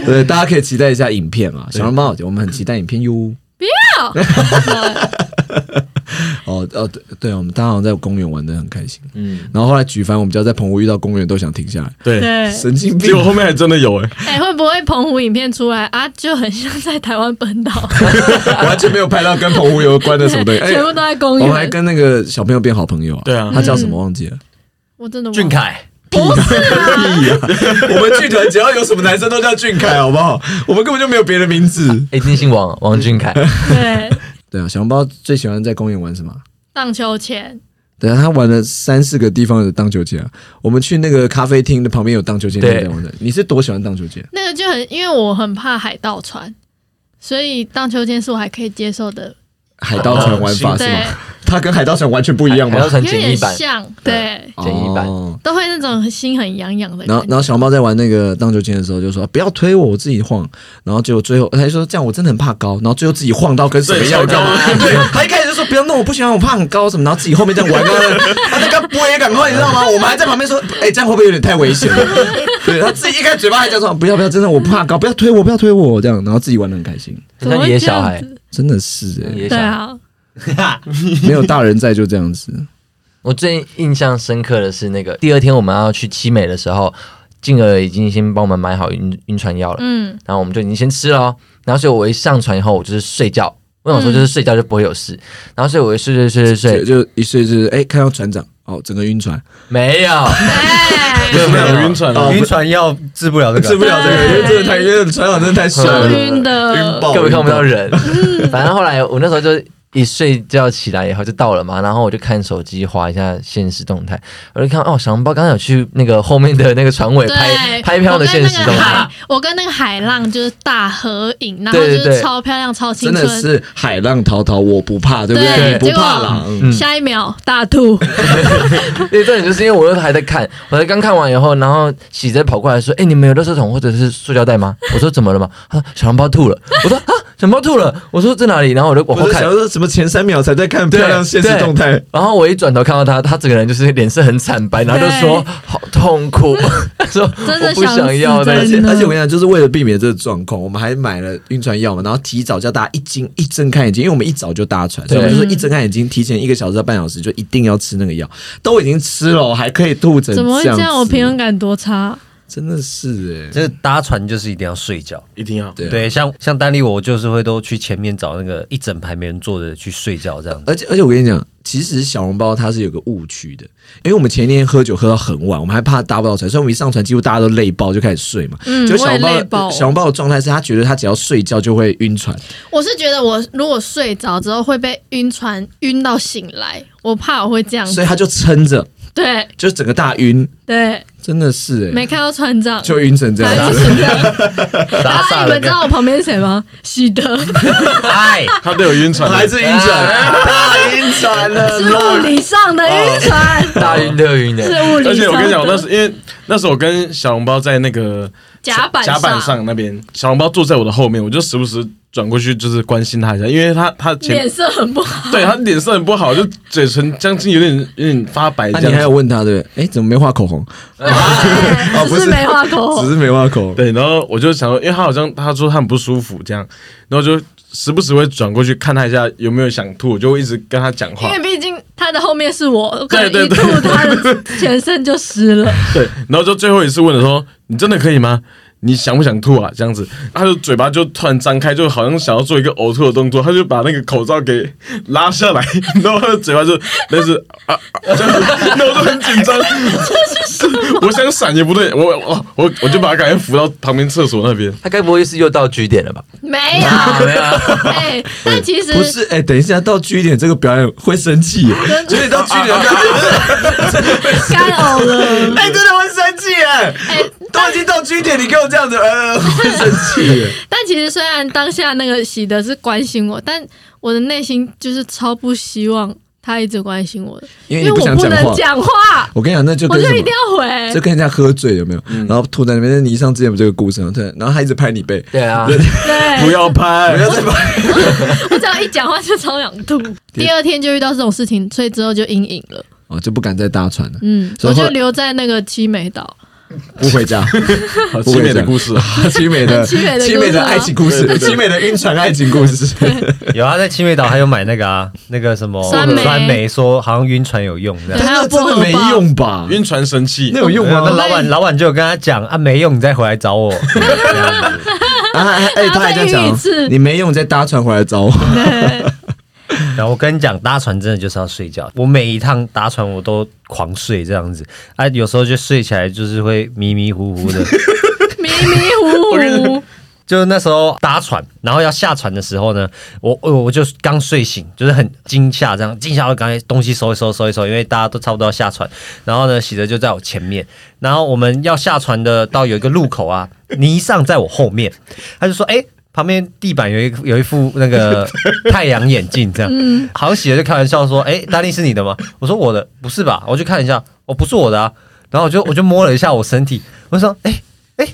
[SPEAKER 1] 对，大家可以期待一下影片啊，小笼包，我们很期待影片哟。 哦哦，对对，我们大家好像在公园玩的很开心，
[SPEAKER 3] 嗯，
[SPEAKER 1] 然后后来举凡我们只要在澎湖遇到公园都想停下来，
[SPEAKER 4] 对，
[SPEAKER 2] 对。
[SPEAKER 1] 神经病
[SPEAKER 4] 结果。后面还真的有哎、
[SPEAKER 2] 哎，会不会澎湖影片出来啊，就很像在台湾本岛，
[SPEAKER 1] 完全没有拍到跟澎湖有关的什么东西。哎
[SPEAKER 2] 全，部都在公
[SPEAKER 1] 我们还
[SPEAKER 2] 园。
[SPEAKER 1] 跟那个小朋友变好朋友啊。
[SPEAKER 4] 对啊
[SPEAKER 1] 他叫什么忘记了？
[SPEAKER 2] 我真的忘了
[SPEAKER 5] 俊，凯。
[SPEAKER 2] 不是啊，
[SPEAKER 1] 屁呀！ 我们剧团只要有什么男生都叫俊凯，好不好？我们根本就没有别的名字。
[SPEAKER 3] 一定姓王，王俊凯。
[SPEAKER 2] 对，
[SPEAKER 1] 对啊，小笼包最喜欢在公园玩什么？
[SPEAKER 2] 荡秋千，
[SPEAKER 1] 对啊，他玩了三四个地方的荡秋千啊。我们去那个咖啡厅的旁边有荡秋千，
[SPEAKER 3] 对
[SPEAKER 1] 在玩的。你是多喜欢荡秋千？
[SPEAKER 2] 那个就很，因为我很怕海盗船，所以荡秋千是我还可以接受的，
[SPEAKER 1] 海盗船玩法是
[SPEAKER 2] 对
[SPEAKER 1] 吗？，它跟海盗船完全不一样吗
[SPEAKER 3] 还？要穿
[SPEAKER 2] 有
[SPEAKER 3] 简易
[SPEAKER 2] 点
[SPEAKER 3] 版，
[SPEAKER 2] 像，对，
[SPEAKER 3] 简易版
[SPEAKER 1] 哦
[SPEAKER 2] 都会那种心很痒痒的
[SPEAKER 1] 然后
[SPEAKER 2] 感，觉。
[SPEAKER 1] 然后小猫在玩那个荡秋千的时候就说：“不要推我，我自己晃。”然后结果最后他就说：“这样我真的很怕高。”然后最后自己晃到跟什么一样
[SPEAKER 4] 对超高的
[SPEAKER 1] 对，他一开始就说：“不要弄，我不喜欢，我怕很高什么。”然后自己后面这样玩，然后他在跟波也赶快，你知道吗？我们还在旁边说：“哎、这样会不会有点太危险了？”对他自己一开始嘴巴还讲说：“不要不要，真的我怕高，不要推我，不要推我。”这样，然后自己玩的很开心，
[SPEAKER 2] 怎么
[SPEAKER 3] 像
[SPEAKER 2] 会
[SPEAKER 3] 野
[SPEAKER 2] 这样
[SPEAKER 3] 小孩，
[SPEAKER 2] 子
[SPEAKER 1] 真的是哎、
[SPEAKER 3] 野小
[SPEAKER 2] 对
[SPEAKER 3] 孩。
[SPEAKER 2] 啊，
[SPEAKER 1] 没有大人在就这样子。
[SPEAKER 3] 我最印象深刻的是那个第二天我们要去七美的时候，静儿已经先帮我们买好晕晕船药了，
[SPEAKER 2] 嗯，
[SPEAKER 3] 然后我们就已经先吃了、哦。然后所以我一上船以后，我就是睡觉。我想说就是睡觉就不会有事。然后所以我一睡睡睡睡睡，
[SPEAKER 1] 就一睡就是哎、看到船长哦，整个晕船，
[SPEAKER 3] 没 有，
[SPEAKER 2] 哦
[SPEAKER 4] 没有没有
[SPEAKER 3] 对
[SPEAKER 4] 晕船
[SPEAKER 1] 哦
[SPEAKER 4] 了，
[SPEAKER 5] 晕船药治不了这
[SPEAKER 1] 治
[SPEAKER 5] 个，
[SPEAKER 1] 不了这个，因为真的太，因为船长真的太帅
[SPEAKER 2] 超
[SPEAKER 1] 了，
[SPEAKER 2] 晕
[SPEAKER 1] 晕
[SPEAKER 2] 的，
[SPEAKER 1] 爆，
[SPEAKER 3] 根本看不到人。 反正后来我那时候就一睡觉起来以后就到了嘛，然后我就看手机划一下现实动态，我就看哦，小笼包刚刚有去那个后面的那个船尾拍
[SPEAKER 2] 对，
[SPEAKER 3] 拍漂的现实
[SPEAKER 2] 我跟
[SPEAKER 3] 动
[SPEAKER 2] 那个
[SPEAKER 3] 态
[SPEAKER 2] 海。，我跟那个海浪就是大合影，然后就
[SPEAKER 3] 对对
[SPEAKER 2] 是
[SPEAKER 3] 对
[SPEAKER 2] 超漂亮、超青
[SPEAKER 1] 真的
[SPEAKER 2] 春。
[SPEAKER 1] 是海浪滔滔，我不怕，对不
[SPEAKER 2] 对
[SPEAKER 1] 你不
[SPEAKER 2] 结果
[SPEAKER 1] 怕啦。嗯
[SPEAKER 3] 嗯
[SPEAKER 2] 下一秒大吐，
[SPEAKER 3] 对，重点就是因为我又还在看，我才刚看完以后，然后喜仔跑过来说：“哎、你们有垃圾桶或者是塑胶袋吗？”我说：“怎么了嘛？”他说：“小笼包吐了。”我说：“啊，小笼包吐了。”我说：“在哪里？”然后我就往后
[SPEAKER 1] 我在
[SPEAKER 3] 看
[SPEAKER 1] 想，说什么前三秒才在看漂亮现实动态，
[SPEAKER 3] 然后我一转头看到他，他整个人就是脸色很惨白，然后就说：“好痛苦。”他说：“
[SPEAKER 2] 真的
[SPEAKER 3] 我不想
[SPEAKER 2] 死
[SPEAKER 3] 要的。”
[SPEAKER 1] 而
[SPEAKER 2] 真
[SPEAKER 1] 且
[SPEAKER 2] 的
[SPEAKER 1] 而且我跟你讲，就是为了避免这个状况，我们还买了晕船药嘛，然后提早叫大家一惊一睁开眼睛，因为我们一早就搭船，所以我
[SPEAKER 3] 对
[SPEAKER 1] 们就说一睁开眼睛，提前一个小时到半小时就一定要吃那个药，都已经吃了，我还可以吐成
[SPEAKER 2] 怎么会
[SPEAKER 1] 这
[SPEAKER 2] 这样？
[SPEAKER 1] 子
[SPEAKER 2] 我平衡感多差，
[SPEAKER 1] 真的是哎、
[SPEAKER 5] 这搭船就是一定要睡觉。
[SPEAKER 4] 一定要
[SPEAKER 1] 对啊
[SPEAKER 5] 对，像像丹立我就是会都去前面找那个一整排没人坐的去睡觉 这样子。
[SPEAKER 1] 而且而且我跟你讲，其实小笼包它是有个误区的，因为我们前一天喝酒喝到很晚，我们还怕搭不到船，所以我们一上船几乎大家都累爆，就开始睡嘛。
[SPEAKER 2] 嗯
[SPEAKER 1] 就小笼
[SPEAKER 2] 我也累
[SPEAKER 1] 包
[SPEAKER 2] 爆
[SPEAKER 1] 小笼包的状态是他觉得他只要睡觉就会晕船，
[SPEAKER 2] 我是觉得我如果睡着之后会被晕船晕到醒来，我怕我会这样子
[SPEAKER 1] 所以。他就撑着，
[SPEAKER 2] 对
[SPEAKER 1] 就整个大晕，
[SPEAKER 2] 对，
[SPEAKER 1] 真的是哎、
[SPEAKER 2] 没看到船长，
[SPEAKER 1] 就晕成这
[SPEAKER 2] 他
[SPEAKER 1] 样
[SPEAKER 2] 就
[SPEAKER 1] 子。
[SPEAKER 2] 是这样。
[SPEAKER 5] 傻
[SPEAKER 2] 啊
[SPEAKER 5] 傻
[SPEAKER 2] 你
[SPEAKER 5] 的
[SPEAKER 2] 们知道我旁边是谁吗？喜德，
[SPEAKER 5] 哎，
[SPEAKER 4] 他都有晕船了，
[SPEAKER 1] 还是晕船，太晕船了
[SPEAKER 2] 是物理上的晕船，
[SPEAKER 3] 大晕特晕的，
[SPEAKER 2] 是物理上的。
[SPEAKER 4] 而且我跟你讲，我那时因为那时候我跟小笼包在那个
[SPEAKER 2] 甲板
[SPEAKER 4] 甲板上那边，小笼包坐在我的后面，我就时不时转过去就是关心他一下，因为他他前
[SPEAKER 2] 脸色很 不 好，
[SPEAKER 4] 对他脸色很不好，就嘴唇将近有点有点发白
[SPEAKER 1] 那、啊
[SPEAKER 4] 这
[SPEAKER 1] 你还有
[SPEAKER 4] 样子。
[SPEAKER 1] 问他对不对？哎、怎么没画口红？
[SPEAKER 4] 哦
[SPEAKER 2] 对只是没画口
[SPEAKER 1] 只
[SPEAKER 2] 红。
[SPEAKER 1] 是没画口红。
[SPEAKER 4] 对，然后我就想说，因为他好像他说他很不舒服这样，然后就时不时会转过去看他一下有没有想吐，我就会一直跟他讲
[SPEAKER 2] 因
[SPEAKER 4] 话
[SPEAKER 2] 为。毕竟他的后面是我，我可能
[SPEAKER 4] 对
[SPEAKER 2] 一
[SPEAKER 4] 对
[SPEAKER 2] 吐
[SPEAKER 4] 对
[SPEAKER 2] 他的全身就湿 了。
[SPEAKER 4] 对，然后就最后一次问了说：“你真的可以吗？你想不想吐啊？”这样子，他就嘴巴就突然张开，就好像想要做一个呕吐的动作，他就把那个口罩给拉下来， 然后他的嘴巴就但是啊啊这样子， 那我就很紧张， 我想闪也不对，我我我我就把他赶快扶到旁边厕所那边。
[SPEAKER 3] 他该不会是又到据点了吧？
[SPEAKER 2] 没有，哎、但其实
[SPEAKER 1] 不是，哎、等一下到据点这个表演会生气耶，
[SPEAKER 2] 真
[SPEAKER 1] 就是到据点表演，
[SPEAKER 2] 干呕了，
[SPEAKER 1] 哎、真的会生气哎。
[SPEAKER 2] 哎、
[SPEAKER 1] 都已经到据点，你给我这样子，呃，会生气耶。
[SPEAKER 2] 但其实虽然当下那个喜德是关心我，但我的内心就是超不希望他一直关心我的，
[SPEAKER 1] 因为
[SPEAKER 2] 因
[SPEAKER 1] 你
[SPEAKER 2] 为
[SPEAKER 1] 不
[SPEAKER 2] 我
[SPEAKER 1] 想
[SPEAKER 2] 不
[SPEAKER 1] 讲
[SPEAKER 2] 能
[SPEAKER 1] 话。
[SPEAKER 2] 讲话，
[SPEAKER 1] 我跟你讲，那就
[SPEAKER 2] 我
[SPEAKER 1] 跟
[SPEAKER 2] 就
[SPEAKER 1] 什
[SPEAKER 2] 一定
[SPEAKER 1] 么？
[SPEAKER 2] 要回。
[SPEAKER 1] 就跟人家喝醉有没有？然后吐在那边。那你上之前有这个故事吗？对，然后他一直拍你背，
[SPEAKER 3] 对啊，
[SPEAKER 4] 不
[SPEAKER 2] 对，
[SPEAKER 4] 要拍
[SPEAKER 1] 哎不，要再拍。
[SPEAKER 2] 我只要一讲话就超想吐。第二天就遇到这种事情，所以之后就阴影了。
[SPEAKER 1] 哦，就不敢再搭船了，
[SPEAKER 2] 嗯，
[SPEAKER 1] 所
[SPEAKER 2] 我
[SPEAKER 1] 以后
[SPEAKER 2] 就
[SPEAKER 1] 来
[SPEAKER 2] 留在那个七美岛。
[SPEAKER 1] 不回家。
[SPEAKER 4] 好凄美的故事啊！
[SPEAKER 1] 凄美的
[SPEAKER 2] 凄美的
[SPEAKER 1] 凄美的
[SPEAKER 2] 故事啊
[SPEAKER 1] 爱情故事，凄美的晕船爱情故事。
[SPEAKER 5] 有啊，在青梅岛还有买那个啊，那个什么
[SPEAKER 2] 酸梅
[SPEAKER 5] 酸梅，说好像晕船有用这样。
[SPEAKER 2] 对还有
[SPEAKER 1] 真的真的没
[SPEAKER 2] 薄荷棒
[SPEAKER 1] 用吧？
[SPEAKER 4] 晕船神器
[SPEAKER 1] 那，有用吗
[SPEAKER 5] 那？老板老板就有跟他讲啊，没用，你再回来找我。 这样子
[SPEAKER 1] 啊，哎哎，他还这样
[SPEAKER 2] 然后再晕一
[SPEAKER 1] 讲，
[SPEAKER 2] 次
[SPEAKER 1] 你没用，你再搭船回来找我。
[SPEAKER 2] 对，
[SPEAKER 5] 然后我跟你讲，搭船真的就是要睡觉。我每一趟搭船我都狂睡这样子，啊，有时候就睡起来就是会迷迷糊糊的。
[SPEAKER 2] 迷迷糊糊。
[SPEAKER 5] 就是那时候搭船，然后要下船的时候呢，我我我就刚睡醒，就是很惊吓，这样惊吓我赶快东西收一收收一收，因为大家都差不多要下船。然后呢，喜德就在我前面，然后我们要下船的到有一个路口啊，倪尚在我后面，他就说：“哎、 旁边地板有一有一副那个 太阳眼镜，这样，好喜的就开玩笑说：“哎、丹尼是你的吗？”我说：“我的，不是吧？”我就看一下，哦，不是我的啊。然后我就我就摸了一下我身体，我就说：“哎、哎、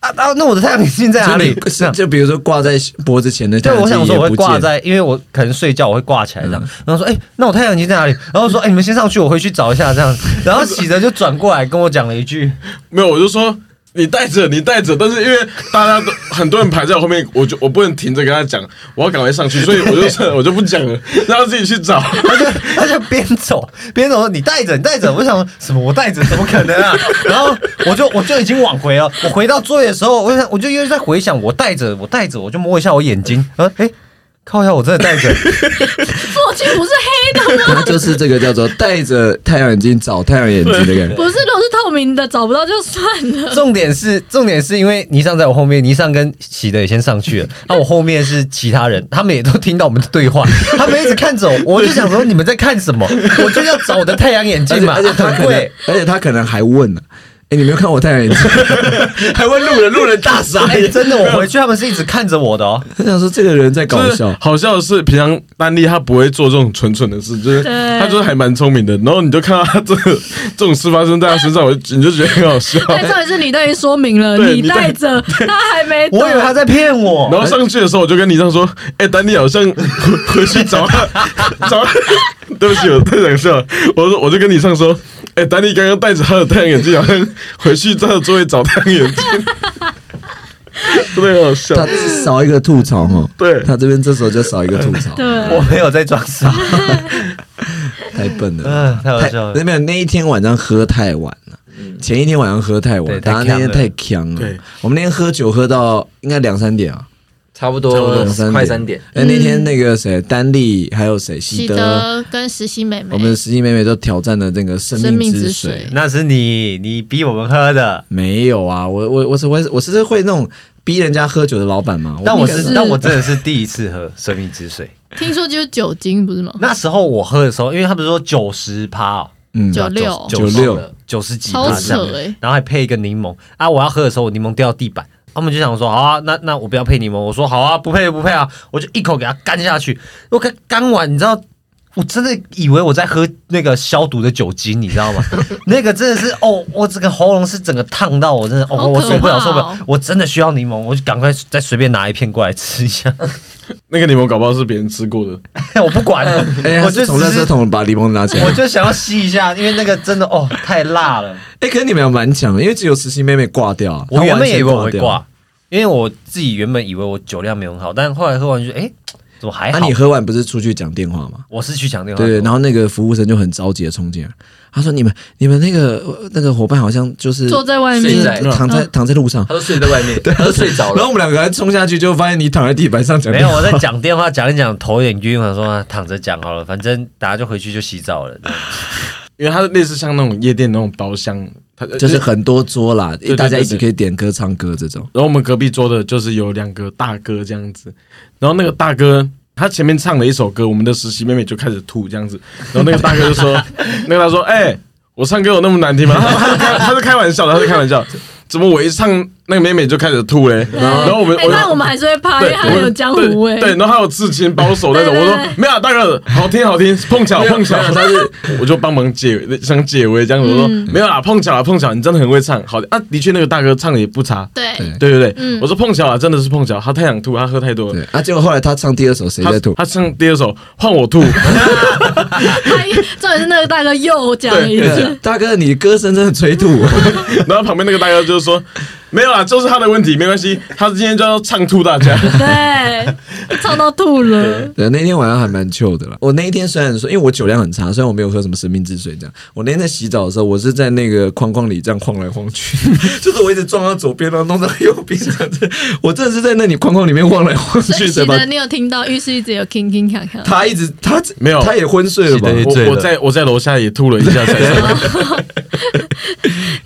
[SPEAKER 5] 啊啊，那我的太阳眼镜在哪
[SPEAKER 1] 就
[SPEAKER 5] 里
[SPEAKER 1] 你？”
[SPEAKER 5] 这样。
[SPEAKER 1] 就比如说挂在脖子前的，
[SPEAKER 5] 对，我想说我会挂
[SPEAKER 1] 在。
[SPEAKER 5] 在，因为我可能睡觉我会挂起来这样。然后说，哎、那我太阳眼镜在哪里？然后说，哎、你们先上去，我回去找一下这样。然后喜德就转过来跟我讲了一句，
[SPEAKER 4] 没有，我就说你带着，你带着，但是因为大家都很多人排在我后面，我就我不能停着跟他讲，我要赶快上去，所以我就 我就不 讲了，让他自己去找。
[SPEAKER 5] 他就他就边走边走说，你带着，你带着。我想说什么？我带着？怎么可能啊？然后我就我就已经往回了。我回到座位的时候，我就想我就又在回想，我带着，我带着，我就摸一下我眼睛，然后哎。靠一下，我真的带着，
[SPEAKER 2] 墨镜不是黑的，
[SPEAKER 1] 它就是这个叫做戴着太阳眼镜找太阳眼镜的感觉。
[SPEAKER 2] 不是都是透明的，找不到就算了。
[SPEAKER 5] 重点是，重点是因为尼尚在我后面，尼尚跟喜德也先上 去了，那我后面是其他人，他们也都听到我们的对话，他们一直看着我，我就想说你们在看 什么？我就要找我的太阳眼
[SPEAKER 1] 而
[SPEAKER 5] 镜
[SPEAKER 1] 且
[SPEAKER 5] 嘛，
[SPEAKER 1] 而且 他可能
[SPEAKER 5] 对，，
[SPEAKER 1] 而且他可能还问呢、哎、你没有看我太阳眼镜？ 还问路人，路人大傻
[SPEAKER 5] 哎、
[SPEAKER 1] 眼。
[SPEAKER 5] 真的，我回去他们是一直看着我的哦，
[SPEAKER 1] 他想说这个人在搞
[SPEAKER 4] 就是
[SPEAKER 1] 笑，
[SPEAKER 4] 好笑的是，平常丹妮她不会做这种蠢蠢的事，就是
[SPEAKER 2] 对
[SPEAKER 4] 她就是还蛮聪明的。然后你就看到她这个这种事发生在她身上，我就你就觉得很好笑。
[SPEAKER 2] 但哎重点是你都已经说明了，
[SPEAKER 4] 对
[SPEAKER 2] 你
[SPEAKER 4] 你
[SPEAKER 2] 带
[SPEAKER 4] 带
[SPEAKER 2] 着他还没
[SPEAKER 1] 啊
[SPEAKER 2] 懂，
[SPEAKER 5] 我以为他在骗我
[SPEAKER 4] 然。后上去的时候，我就跟你这样说：“哎、丹尼好像回回去找他， 找他。对不起，我太想笑了。我说，我就跟你上说：“哎、丹尼刚刚戴着他的太阳眼镜，好像回去他的座位找太阳眼镜。” 真的很好笑
[SPEAKER 1] 他。少一个吐槽哦。
[SPEAKER 4] 对
[SPEAKER 1] 他这边这时候就少一个吐 槽，
[SPEAKER 2] 对
[SPEAKER 5] 我没有在装傻，
[SPEAKER 1] 太笨了。
[SPEAKER 5] 嗯，太好笑了
[SPEAKER 1] 那。没有那一天晚上喝太晚了，前一天晚上喝嗯太晚，
[SPEAKER 5] 对
[SPEAKER 1] 大家那天太
[SPEAKER 5] 太
[SPEAKER 1] 强了
[SPEAKER 4] 对。
[SPEAKER 1] 我们那天喝酒喝到应该两三点啊，
[SPEAKER 3] 差不
[SPEAKER 1] 差不多
[SPEAKER 3] 多
[SPEAKER 1] 两三
[SPEAKER 3] 快三点。。
[SPEAKER 1] 哎，那天那个谁，丹丽还有谁，
[SPEAKER 2] 喜
[SPEAKER 1] 西德，
[SPEAKER 2] 嗯德跟实习妹妹
[SPEAKER 1] 我，们十一妹妹都挑战了那个生
[SPEAKER 2] 生
[SPEAKER 1] 命
[SPEAKER 2] 命
[SPEAKER 1] 之
[SPEAKER 2] 之
[SPEAKER 1] 水
[SPEAKER 2] 水。
[SPEAKER 5] 那是你，你逼我们喝的，
[SPEAKER 1] 没有啊，我我我是我是我是会那种逼人家喝酒的老板嘛。
[SPEAKER 5] 但我是，
[SPEAKER 2] 是
[SPEAKER 5] 但我真的是第一次喝生命之水。
[SPEAKER 2] 听说就是酒精不是吗？
[SPEAKER 5] 那时候我喝的时候，因为他们说九十趴哦，
[SPEAKER 1] 嗯，
[SPEAKER 2] 酒六
[SPEAKER 1] 九六
[SPEAKER 5] 九十几
[SPEAKER 2] 超
[SPEAKER 5] 趴这样
[SPEAKER 2] 扯欸
[SPEAKER 5] 然后还配一个柠檬啊！我要喝的时候，我柠檬掉地板，他们就想说好啊，那那我不要配柠檬，我说好啊，不配就不配啊，我就一口给它干下去，我干干完，你知道。我真的以为我在喝那个消毒的酒精，你知 道吗？那个真的是哦，我整个喉咙是整个烫到，我真的哦，
[SPEAKER 2] 好可
[SPEAKER 5] 我受不了，
[SPEAKER 2] 怕哦
[SPEAKER 5] 受不了，我真的需要柠檬，我就赶快再随便拿一片过来吃一下，
[SPEAKER 4] 那个柠檬搞不好是别人吃过的，
[SPEAKER 5] 我不管了，
[SPEAKER 1] 哎，
[SPEAKER 5] 我
[SPEAKER 1] 我
[SPEAKER 5] 就
[SPEAKER 1] 就从
[SPEAKER 5] 只
[SPEAKER 1] 垃圾
[SPEAKER 5] 是
[SPEAKER 1] 桶把柠檬拿起 来。
[SPEAKER 5] 我就想要吸一下，因为那个真的哦太辣 了。
[SPEAKER 1] 哎，可是你们有蛮强的，因为只有实习妹妹挂掉啊。
[SPEAKER 5] 我
[SPEAKER 1] 她
[SPEAKER 5] 原本
[SPEAKER 1] 完
[SPEAKER 5] 也
[SPEAKER 1] 全
[SPEAKER 5] 以为我会
[SPEAKER 1] 掉，啊
[SPEAKER 5] 挂，因为我自己原本以为我酒量没有很好，但后来喝完就哎、诶怎么还
[SPEAKER 1] 那
[SPEAKER 5] 好？
[SPEAKER 1] 啊
[SPEAKER 5] 啊
[SPEAKER 1] 你喝完不是出去讲电话吗？
[SPEAKER 5] 我是去抢电话，
[SPEAKER 1] 对对，然后那个服务生就很着急的冲进来，他说：“你们你们那个呃那个伙伴好像就是
[SPEAKER 2] 坐在外
[SPEAKER 1] 就
[SPEAKER 2] 面嗯
[SPEAKER 1] 是
[SPEAKER 3] 睡在
[SPEAKER 1] 躺在躺在路上。”
[SPEAKER 3] 他都睡在外面，他都睡
[SPEAKER 1] 然后
[SPEAKER 3] 着了
[SPEAKER 1] 我。们两个还冲下去，就发现你躺在地板上讲
[SPEAKER 5] 没
[SPEAKER 1] 电
[SPEAKER 5] 有
[SPEAKER 1] 话。
[SPEAKER 5] 我在讲电话，讲一讲头有点晕，我说啊躺着讲好了，反正大家就回去就洗澡了。
[SPEAKER 4] 因为它类似像那种夜店那种包厢，它
[SPEAKER 1] 就是。很多桌啦，
[SPEAKER 4] 对
[SPEAKER 1] 大家一起
[SPEAKER 4] 对
[SPEAKER 1] 可以点歌、唱歌这种。
[SPEAKER 4] 然后我们隔壁桌的就是有两个大哥这样子，然后那个大哥他前面唱了一首歌，我们的实习妹妹就开始吐这样子，然后那个大哥就 说，那个他说，哎、我唱歌有那么难听吗？他 他是开他是开玩笑的，他是开玩笑，怎么我一唱那个妹妹就开始吐嘞？然后我们
[SPEAKER 2] 哎，那我们还是会趴，因
[SPEAKER 4] 对，
[SPEAKER 2] 为他们有江湖
[SPEAKER 4] 我
[SPEAKER 2] 味。
[SPEAKER 4] 对对，然后还有刺青、包手那种。
[SPEAKER 2] 对对
[SPEAKER 4] 我说
[SPEAKER 2] 对
[SPEAKER 4] 没有啊，大哥，好听好听，碰巧碰 巧，但是我就帮忙解想解围这样子。我说
[SPEAKER 2] 嗯
[SPEAKER 4] 没有啦，碰巧啦碰巧，你真的很会唱，好的啊，的确那个大哥唱的也不差。
[SPEAKER 2] 对
[SPEAKER 1] 对
[SPEAKER 4] 对对对，我说碰巧啊，真的是碰巧，他太想吐，他喝太多
[SPEAKER 1] 对
[SPEAKER 4] 了。，
[SPEAKER 1] 啊，结果后来他唱第二首，谁
[SPEAKER 4] 他
[SPEAKER 1] 在吐？
[SPEAKER 4] 他唱第二首换我吐，
[SPEAKER 2] 他重点是那个大哥又讲了一次，
[SPEAKER 1] 对大哥，你歌声真的催 吐我。
[SPEAKER 4] 然后旁边那个大哥就说没有啦，就是他的问题，没关系，他今天就要唱吐大家。
[SPEAKER 2] 对，唱到吐了。
[SPEAKER 1] 对，那天晚上还蛮 chill 的啦。我那一天虽然说，因为我酒量很差，虽然我没有喝什么生命之水这样，我那天在洗澡的时候，我是在那个框框里这样晃来晃去， 就是我一直撞到左边，然后弄到右边这样子。我真的是在那里框框里面晃来晃
[SPEAKER 2] 所
[SPEAKER 1] 去，
[SPEAKER 2] 以
[SPEAKER 1] 才
[SPEAKER 2] 喜
[SPEAKER 1] 把
[SPEAKER 2] 德，你有听到浴室一直有 king king 卡卡，
[SPEAKER 1] 他一直他
[SPEAKER 4] 没有
[SPEAKER 1] 他也昏睡了吧？
[SPEAKER 3] 是的醉
[SPEAKER 4] 我我
[SPEAKER 3] 了
[SPEAKER 4] 在我在楼下也吐了一下才上来，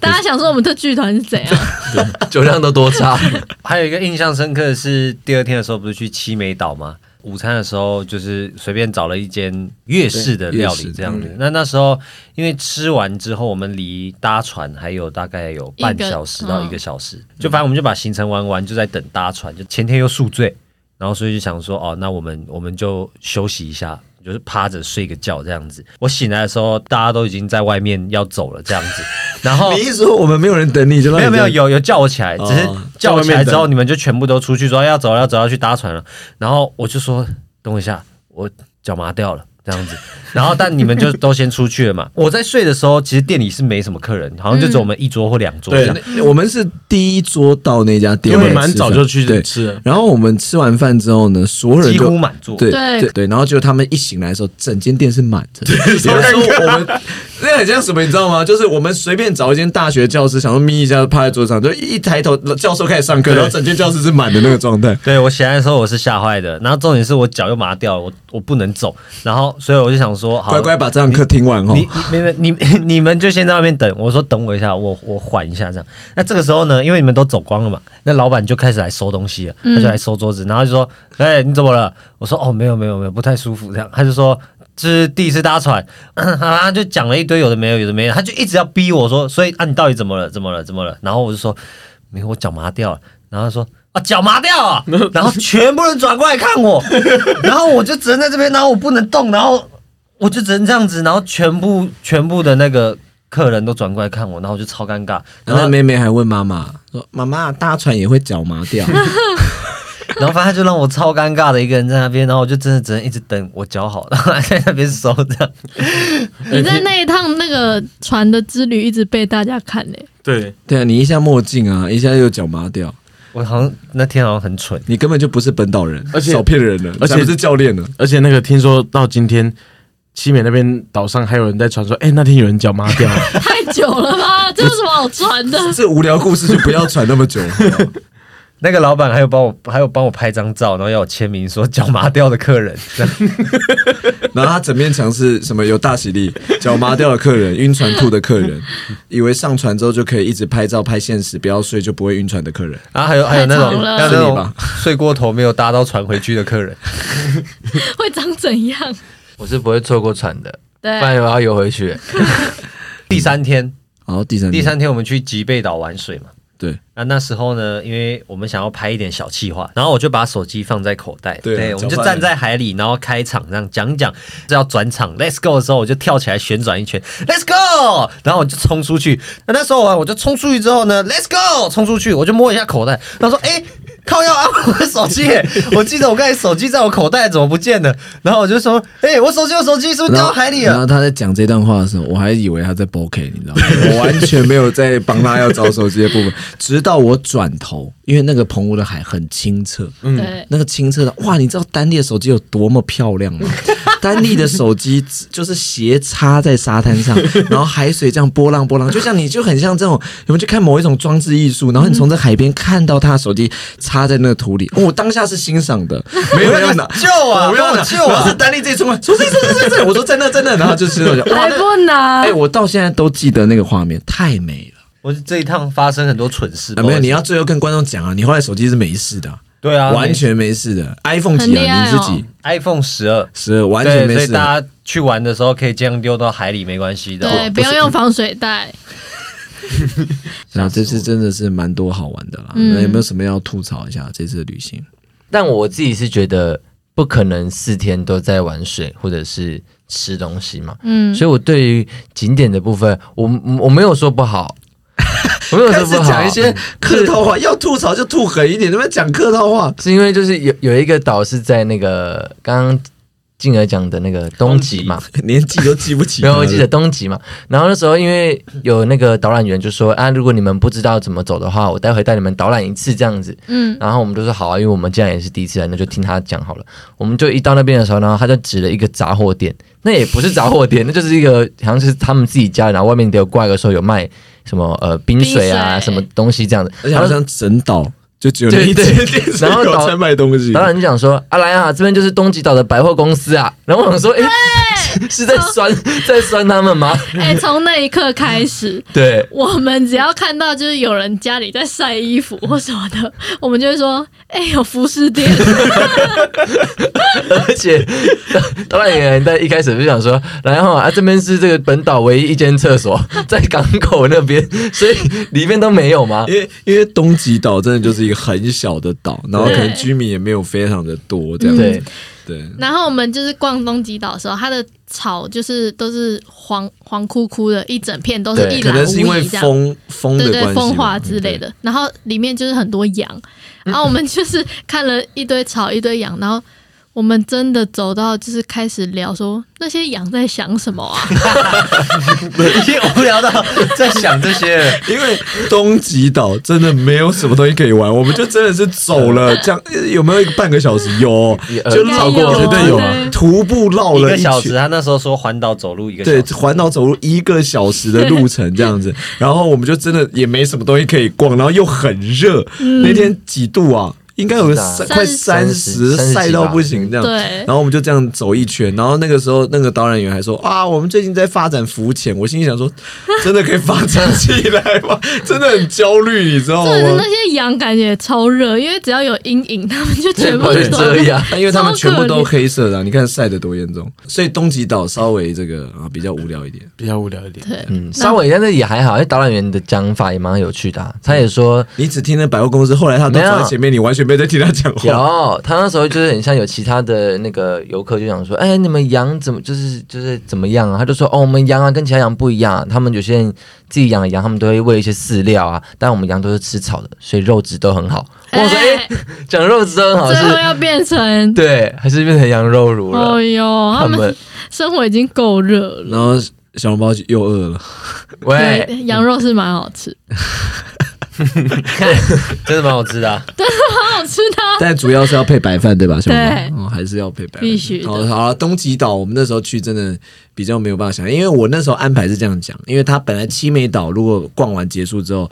[SPEAKER 2] 大家想说我们这剧团是怎样？
[SPEAKER 3] 酒量都多差，
[SPEAKER 5] 还有一个印象深刻的是，第二天的时候不是去七美岛吗？午餐的时候，就是随便找了一间粤式的料
[SPEAKER 1] 对粤
[SPEAKER 5] 理
[SPEAKER 1] 式嗯
[SPEAKER 5] 这样子。那那时候因为吃完之后，我们离搭船还有大概有半小时到一个小时，
[SPEAKER 1] 嗯
[SPEAKER 5] 就反正我们就把行程玩完，就在等搭船。就前天又宿醉，然后所以就想说，哦，那我们我们就休息一下。就是趴着睡个觉这样子，我醒来的时候，大家都已经在外面要走了这样子，然
[SPEAKER 4] 哦
[SPEAKER 5] 后
[SPEAKER 1] 你一说我们没有人等你，就让
[SPEAKER 5] 没有
[SPEAKER 1] 你
[SPEAKER 5] 没有
[SPEAKER 1] 这样
[SPEAKER 5] 有有叫我起来，只是
[SPEAKER 1] 哦
[SPEAKER 5] 叫我起
[SPEAKER 4] 在外
[SPEAKER 5] 来
[SPEAKER 4] 面
[SPEAKER 5] 之
[SPEAKER 4] 等
[SPEAKER 5] 后，你们就全部都出去说要走了要走了要去搭船了，然后我就说等我一下，我脚麻掉了这样子， 然后但你们就都先出去了嘛。我在睡的时候，其实店里是没什么客人，好像就只有我们一桌或两桌这样。
[SPEAKER 1] 对，那我们是第一桌到那家店
[SPEAKER 4] 因
[SPEAKER 1] 嘛，
[SPEAKER 4] 为蛮早就去
[SPEAKER 1] 对。
[SPEAKER 4] 吃了，
[SPEAKER 1] 然后我们吃完饭之后呢，所有人
[SPEAKER 5] 几
[SPEAKER 1] 都
[SPEAKER 5] 乎满座
[SPEAKER 1] 对
[SPEAKER 2] 对
[SPEAKER 1] 对对，然后就他们一醒来的时候，整间店是满着。比如说我们那很像什么，你知道吗？就是我们随便找一间大学教室，想说眯一下，趴在桌上，就一抬头，教授开始上课，然后整间教室是满的那个状态。
[SPEAKER 5] 对我醒来的时候我是吓坏的，然后重点是我脚又麻掉了，我我不能走，然后所以我就想说，好，
[SPEAKER 1] 乖乖把这堂课听完哦。
[SPEAKER 5] 你你们你 你们就先在外面等，我说等我一下，我我缓一下这样。那这个时候呢，因为你们都走光了嘛，那老板就开始来收东西了，他就来收桌子，然后就说：“哎、你怎么了？”我说：“哦，没有没有没有，不太舒服。”这样，他就说。这是第一次搭船， 啊，就讲了一堆有的没有，有的没有，他就一直要逼我说，所以啊，你到底怎么了？怎么了？怎么了？然后我就说，没有，我脚麻掉了。然后他说啊，脚麻掉啊，然后全部人转过来看我，然后我就只能在这边，然后我不能动，然后我就只能这样子，然后全部全部的那个客人都转过来看我，然后我就超尴尬，然
[SPEAKER 1] 然
[SPEAKER 5] 后
[SPEAKER 1] 后妹妹还问妈妈说：“妈妈，搭船也会脚麻掉。
[SPEAKER 5] 然后反正他就让我超尴尬的一个人在那边，然后我就真的只能一直等我脚好，然后还在那边收这样。
[SPEAKER 2] 你在那一趟那个船的之旅一直被大家看欸 嘞、
[SPEAKER 4] 对，”
[SPEAKER 1] 对啊，你一下墨镜啊，一下又脚麻掉，
[SPEAKER 5] 我好像那天好像很蠢，
[SPEAKER 1] 你根本就不是本岛人，
[SPEAKER 4] 而且
[SPEAKER 1] 少骗人了，
[SPEAKER 4] 而且
[SPEAKER 1] 才不是教练了。
[SPEAKER 4] 而且那个听说到今天。七美那边岛上还有人在传说，哎、那天有人脚麻掉了，
[SPEAKER 2] 太久了吧？这有什么好 传的？
[SPEAKER 1] 这无聊故事就不要传那么久。
[SPEAKER 5] 那个老板还有帮我还有帮我拍张照，然后要我签名说脚麻掉的客人， 这样
[SPEAKER 1] 然后他整面墙是什么？有大喜力、脚麻掉的客人、晕船吐的客人，以为上船之后就可以一直拍照拍现实，不要睡就不会晕船的客人。
[SPEAKER 5] 然后还有还有那
[SPEAKER 2] 太
[SPEAKER 5] 种
[SPEAKER 2] 长了
[SPEAKER 5] 还有那
[SPEAKER 1] 是你
[SPEAKER 5] 种
[SPEAKER 1] 吧
[SPEAKER 5] 睡过头没有搭到船回去的客人。
[SPEAKER 2] 会长怎样？
[SPEAKER 3] 我是不会错过船的，不
[SPEAKER 2] 对，
[SPEAKER 3] 然我要游回去。
[SPEAKER 5] 第三天，
[SPEAKER 1] 好，第三
[SPEAKER 5] 第三天我们去吉贝岛玩水嘛。
[SPEAKER 1] 对，
[SPEAKER 5] 那那时候呢，因为我们想要拍一点小气话，然后我就把手机放在口袋，
[SPEAKER 1] 对
[SPEAKER 5] 我们就
[SPEAKER 1] 交换
[SPEAKER 5] 站在海里，然后开场这样讲讲，是要转场，Let's go 的时候，我就跳起来旋转一圈，Let's go，然后我就冲出去。那那时候啊，我就冲出去之后呢，Let's go，冲出去，我就摸一下口袋，然后说，哎、靠要啊，我的手机 耶，我记得我刚才手机在我口袋，怎么不见了？然后我就说，哎、我手机，我手机是不是掉到海里
[SPEAKER 1] 然
[SPEAKER 5] 了
[SPEAKER 1] 后？他在讲这段话的时候，我还以为他在 BOK，你知道 吗？我完全没有在帮他要找手机的部分，直到我转头，因为那个澎湖的海很清澈，
[SPEAKER 2] 对，
[SPEAKER 1] 那个清澈的，哇！你知道丹丽的手机有多么漂亮吗？丹丽的手机只就是斜插在沙滩上，然后海水这样波浪波浪，就像你就很像这种，你们去看某一种装置艺术，然后你从这海边看到他的手机插在那个土里，哦我当下是欣赏的，没有人要拿
[SPEAKER 5] 救啊
[SPEAKER 1] 我没有要拿
[SPEAKER 5] 帮我救啊
[SPEAKER 1] 然后是丹丽这一冲来，说这这这这这，我说在那在那，然后就是那种，哇
[SPEAKER 2] 还
[SPEAKER 1] 那
[SPEAKER 2] 不拿
[SPEAKER 1] 哎、。我到现在都记得那个画面，太美了。
[SPEAKER 5] 我就这一趟发生很多蠢事，
[SPEAKER 1] 啊、没有，你要最后跟观众讲啊，你后来手机是没事的啊、
[SPEAKER 5] 对啊，
[SPEAKER 1] 完全没事的，iPhone
[SPEAKER 2] 很
[SPEAKER 1] 几
[SPEAKER 2] 厉
[SPEAKER 1] 啊？
[SPEAKER 2] 害
[SPEAKER 1] 你自己
[SPEAKER 2] 哦。
[SPEAKER 5] iPhone 十二。
[SPEAKER 1] 是完
[SPEAKER 5] 对，
[SPEAKER 1] 全没
[SPEAKER 5] 所以
[SPEAKER 1] 事的。
[SPEAKER 5] 大家去玩的时候可以这样丢到海里，没关系的。
[SPEAKER 2] 对，不要用防水袋。
[SPEAKER 1] 然后这次真的是蛮多好玩的啦。
[SPEAKER 2] 嗯
[SPEAKER 1] 那有没有什么要吐槽一下这次的旅行？
[SPEAKER 3] 但我自己是觉得不可能四天都在玩水或者是吃东西嘛，
[SPEAKER 2] 嗯，
[SPEAKER 3] 所以我对于景点的部分，我我没有说不 好，我没有说
[SPEAKER 1] 开始
[SPEAKER 3] 不好，嗯
[SPEAKER 1] 讲一些客套话，要吐槽就吐狠一点，怎么讲客套话？
[SPEAKER 3] 是因为就是有有一个岛是在那个刚刚静儿讲的那个东极嘛，
[SPEAKER 1] 连记都记不起来
[SPEAKER 3] 然
[SPEAKER 1] 了。
[SPEAKER 3] 后我记得东极嘛，然后那时候因为有那个导览员就说啊，如果你们不知道怎么走的话，我待会带你们导览一次这样子。
[SPEAKER 2] 嗯，
[SPEAKER 3] 然后我们就说好啊，因为我们既然也是第一次来，那就听他讲好了。我们就一到那边的时候，然后他就指了一个杂货店，那也不是杂货店，那 就是一个好像是他们自己家，然后外面得有挂一个说有卖什么呃冰水啊
[SPEAKER 2] 冰水
[SPEAKER 3] 什么东西这样子。
[SPEAKER 1] 而且
[SPEAKER 3] 他
[SPEAKER 1] 好
[SPEAKER 3] 就
[SPEAKER 1] 像整岛就只有那一
[SPEAKER 3] 对
[SPEAKER 1] 间
[SPEAKER 3] 对
[SPEAKER 1] 店是
[SPEAKER 3] 然后
[SPEAKER 1] 有
[SPEAKER 3] 导
[SPEAKER 1] 在卖东西。
[SPEAKER 3] 导演就讲说：“阿莱啊，这边就是东极岛的百货公司啊。”然后我想说：“哎、是在酸在酸他们吗
[SPEAKER 2] 哎、从那一刻开始，？”
[SPEAKER 3] 对，
[SPEAKER 2] 我们只要看到就是有人家里在晒衣服或什么的，我们就会说：“哎、有服饰店。
[SPEAKER 3] 而且 导演演员在一开始就想说：“然后啊，这边是这个本岛唯一一间厕所， 在港口那边，所以里面都没有吗
[SPEAKER 1] 因为因为东极岛真的就是一个很小的岛，然后可能
[SPEAKER 2] 对
[SPEAKER 1] 居民也没有非常的多这样子。
[SPEAKER 3] 对
[SPEAKER 1] 对？”
[SPEAKER 3] 嗯
[SPEAKER 2] 然后我们就是逛东极岛的时候，它的草就是都是黄黄枯枯的，一整片都是
[SPEAKER 3] 对
[SPEAKER 2] 一
[SPEAKER 1] 可
[SPEAKER 2] 览
[SPEAKER 1] 能是因
[SPEAKER 2] 无
[SPEAKER 1] 为
[SPEAKER 2] 遗这样。
[SPEAKER 1] 风风的
[SPEAKER 2] 对
[SPEAKER 1] 关系
[SPEAKER 2] 对，
[SPEAKER 1] 吧，
[SPEAKER 2] 风化之类
[SPEAKER 1] 嗯。
[SPEAKER 2] 的。然后里面就是很多羊，然后我们就是看了一堆草，一堆羊，然后我们真的走到就是开始聊说那些羊在想什 么啊？
[SPEAKER 5] 已经无聊到在想这些了。
[SPEAKER 1] 因为东极岛真的没有什么东西可以玩，我们就真的是走了，这样呃有没有一个半个小时？ 有
[SPEAKER 3] 也，
[SPEAKER 5] 呃
[SPEAKER 1] 就
[SPEAKER 2] 应该
[SPEAKER 1] 绕过
[SPEAKER 2] 有
[SPEAKER 1] 绝对有
[SPEAKER 2] 对
[SPEAKER 1] 徒步绕
[SPEAKER 5] 一
[SPEAKER 1] 了
[SPEAKER 5] 个小时，
[SPEAKER 1] 圈。
[SPEAKER 5] 他那时候说环岛走路一个小
[SPEAKER 1] 对，
[SPEAKER 5] 时，
[SPEAKER 1] 环岛走路一个小时的路程这样子，然后我们就真的也没什么东西可以逛，然后又很热，那天几度啊？应该有
[SPEAKER 3] 不知道
[SPEAKER 1] 三快三十，
[SPEAKER 3] 30
[SPEAKER 1] 晒到不行这样。
[SPEAKER 2] 对
[SPEAKER 1] 然后我们就这样走一圈，然后那个时候那个导演员还说啊，我们最近在发展浮潜，我心里想说，真的可以发展起来吗？ 真的很焦虑，你知道
[SPEAKER 2] 真的是
[SPEAKER 1] 吗
[SPEAKER 2] 那？些羊感觉也超热，因为只要有阴影，他们就全部
[SPEAKER 3] 会
[SPEAKER 2] 都
[SPEAKER 3] 这 样
[SPEAKER 1] 因为他们全部
[SPEAKER 2] 超
[SPEAKER 1] 都
[SPEAKER 2] 可 怜
[SPEAKER 1] 黑色的啊、你看晒得多严重，所以东极岛稍微这个啊比较无聊一点。
[SPEAKER 4] 比较无聊一点。
[SPEAKER 2] 对，
[SPEAKER 3] 嗯，稍微但是也还好，因为导演员的讲法也蛮有趣的啊、他也说。
[SPEAKER 1] 你只听了百货公司，后来他都
[SPEAKER 3] 没有
[SPEAKER 1] 坐在前面，你完全没有在听他讲话。
[SPEAKER 3] 有，他那时候就是很像有其他的那个游客就想说，哎、你们羊怎么就是就是怎么样啊？他就说，哦，我们羊啊跟其他羊不一样、啊，他们有些人自己养的羊，他们都会喂一些饲料啊，但我们羊都是吃草的，所以肉质都很好。我说，哎、
[SPEAKER 2] 哎
[SPEAKER 3] 讲肉质都
[SPEAKER 1] 啊
[SPEAKER 3] 很好
[SPEAKER 2] 最后
[SPEAKER 3] 是，
[SPEAKER 2] 要变 成，
[SPEAKER 3] 对，还是变成羊肉乳了。
[SPEAKER 2] 哎呦，他
[SPEAKER 3] 他
[SPEAKER 2] 们
[SPEAKER 3] 们
[SPEAKER 2] 生活已经够热了。
[SPEAKER 1] 然后小笼包就又饿 了，
[SPEAKER 3] 喂，
[SPEAKER 2] 对，羊肉是蛮好吃，
[SPEAKER 3] 看，
[SPEAKER 5] 真的蛮好吃的啊、
[SPEAKER 2] 好吃的啊。
[SPEAKER 1] 但主要是要配白饭，对吧？小笼
[SPEAKER 2] 对
[SPEAKER 1] 包、哦、还是要配白饭，
[SPEAKER 2] 必须的
[SPEAKER 1] 好，好了，东极岛我们那时候去真的比较没有办法想，因为我那时候安排是这样讲，因为它本来七美岛如果逛完结束之后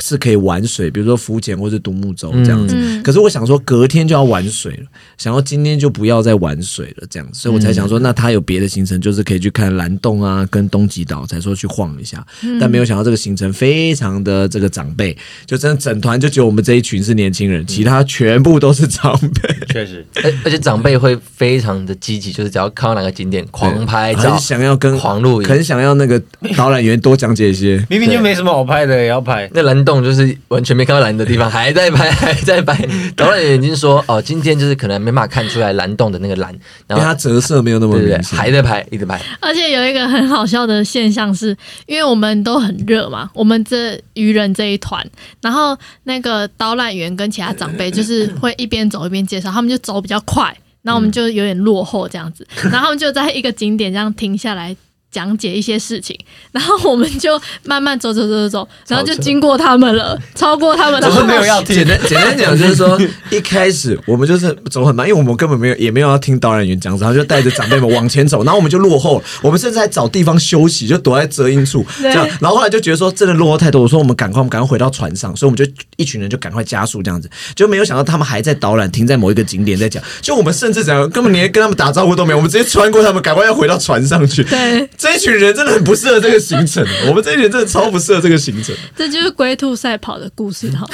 [SPEAKER 1] 是可以玩水，比如说浮潜或是独木舟这样子。
[SPEAKER 2] 嗯，
[SPEAKER 1] 可是我想说，隔天就要玩水了，想要今天就不要再玩水了，这样，所以我才想
[SPEAKER 3] 嗯
[SPEAKER 1] 说，那他有别的行程，就是可以去看蓝洞啊，跟东极岛，才说去晃一下。但没有想到这个行程非常的这个长辈，就真的整团就只有我们这一群是年轻人，
[SPEAKER 3] 嗯
[SPEAKER 1] 其他全部都是长辈。
[SPEAKER 5] 确实。。
[SPEAKER 3] 而而且长辈会非常的积极，就是只要看到哪个景点狂拍照
[SPEAKER 1] 很，哎想要跟
[SPEAKER 3] 狂录影
[SPEAKER 1] 很想要那个导览员多讲解一些
[SPEAKER 5] 明明就没什么好拍的，也要拍。
[SPEAKER 3] 那蓝洞就是完全没看到蓝的地 方，还在拍，还在拍。
[SPEAKER 1] 嗯
[SPEAKER 3] 导演已经说，哦，今天就是可能没办法看出来蓝洞的那个蓝，
[SPEAKER 1] 因
[SPEAKER 3] 然
[SPEAKER 1] 为它
[SPEAKER 3] 后
[SPEAKER 1] 折射没有那么
[SPEAKER 3] 对对
[SPEAKER 1] 明
[SPEAKER 3] 对，
[SPEAKER 1] 显，
[SPEAKER 3] 还在拍，一直拍。
[SPEAKER 2] 而且有一个很好笑的现象是，因为我们都很热嘛，我们这愚人这一团，然后那个导览员跟其他长辈就是会一边走一边介绍，他们就走比较快，然后我们就有点落后这样子，然后他们就在一个景点这样停下来。讲解一些事情，然后我们就慢慢走走走走走，然后就经过他们了，超过他们，然后
[SPEAKER 5] 没有要听
[SPEAKER 1] 简单简单讲就是说，一开始我们就是走很慢，因为我们根本没有也没有要听导演员讲什么，他就带着长辈们往前走，然后我们就落后，我们甚至还找地方休息，就躲在遮阴处这
[SPEAKER 2] 对
[SPEAKER 1] 样。然后后来就觉得说真的落后太多，我说我们赶快，我们赶快回到船上，所以我们就一群人就赶快加速这样子，就没有想到他们还在导览，停在某一个景点在讲，就我们甚至怎样根本连跟他们打招呼都没有，我们直接穿过他们，赶快要回到船上去。
[SPEAKER 2] 对，
[SPEAKER 1] 这一群人真的很不适合这个行程，我们这一群人真的超不适合这个行程。
[SPEAKER 2] 这就是龟兔赛跑的故事哈。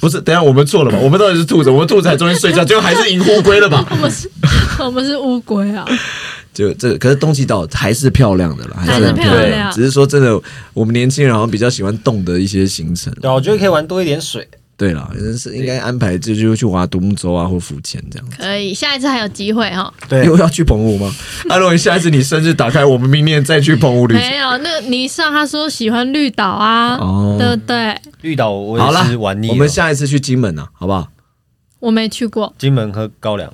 [SPEAKER 1] 不是，等一下我们错了吧？我们到底是兔子，我们兔子还中间睡觉，结果还是银乌龟了吧？
[SPEAKER 2] 我们是，我们是乌龟啊。
[SPEAKER 1] 就这，可是东极岛还是漂亮的啦，
[SPEAKER 2] 还
[SPEAKER 1] 是
[SPEAKER 2] 是
[SPEAKER 1] 很漂
[SPEAKER 2] 漂亮
[SPEAKER 1] 只是说真的，我们年轻人好像比较喜欢动的一些行程。
[SPEAKER 5] 对啊，我觉得可以玩多一点水。
[SPEAKER 1] 对啦，是应该安排这就去划独木舟啊，或浮潜这样。
[SPEAKER 2] 可以，下一次还有机会哈。
[SPEAKER 5] 对
[SPEAKER 1] 又要去澎湖吗？阿龙，下一次你生日打开，我们明年再去澎湖旅行。
[SPEAKER 2] 没有，那尼尚他说喜欢绿岛啊，
[SPEAKER 1] 哦
[SPEAKER 2] 对不对？
[SPEAKER 5] 绿岛我
[SPEAKER 1] 好啦
[SPEAKER 5] 也是玩腻了。
[SPEAKER 1] 我们下一次去金门啊，好不好？
[SPEAKER 2] 我没去过，
[SPEAKER 5] 金门喝高粱，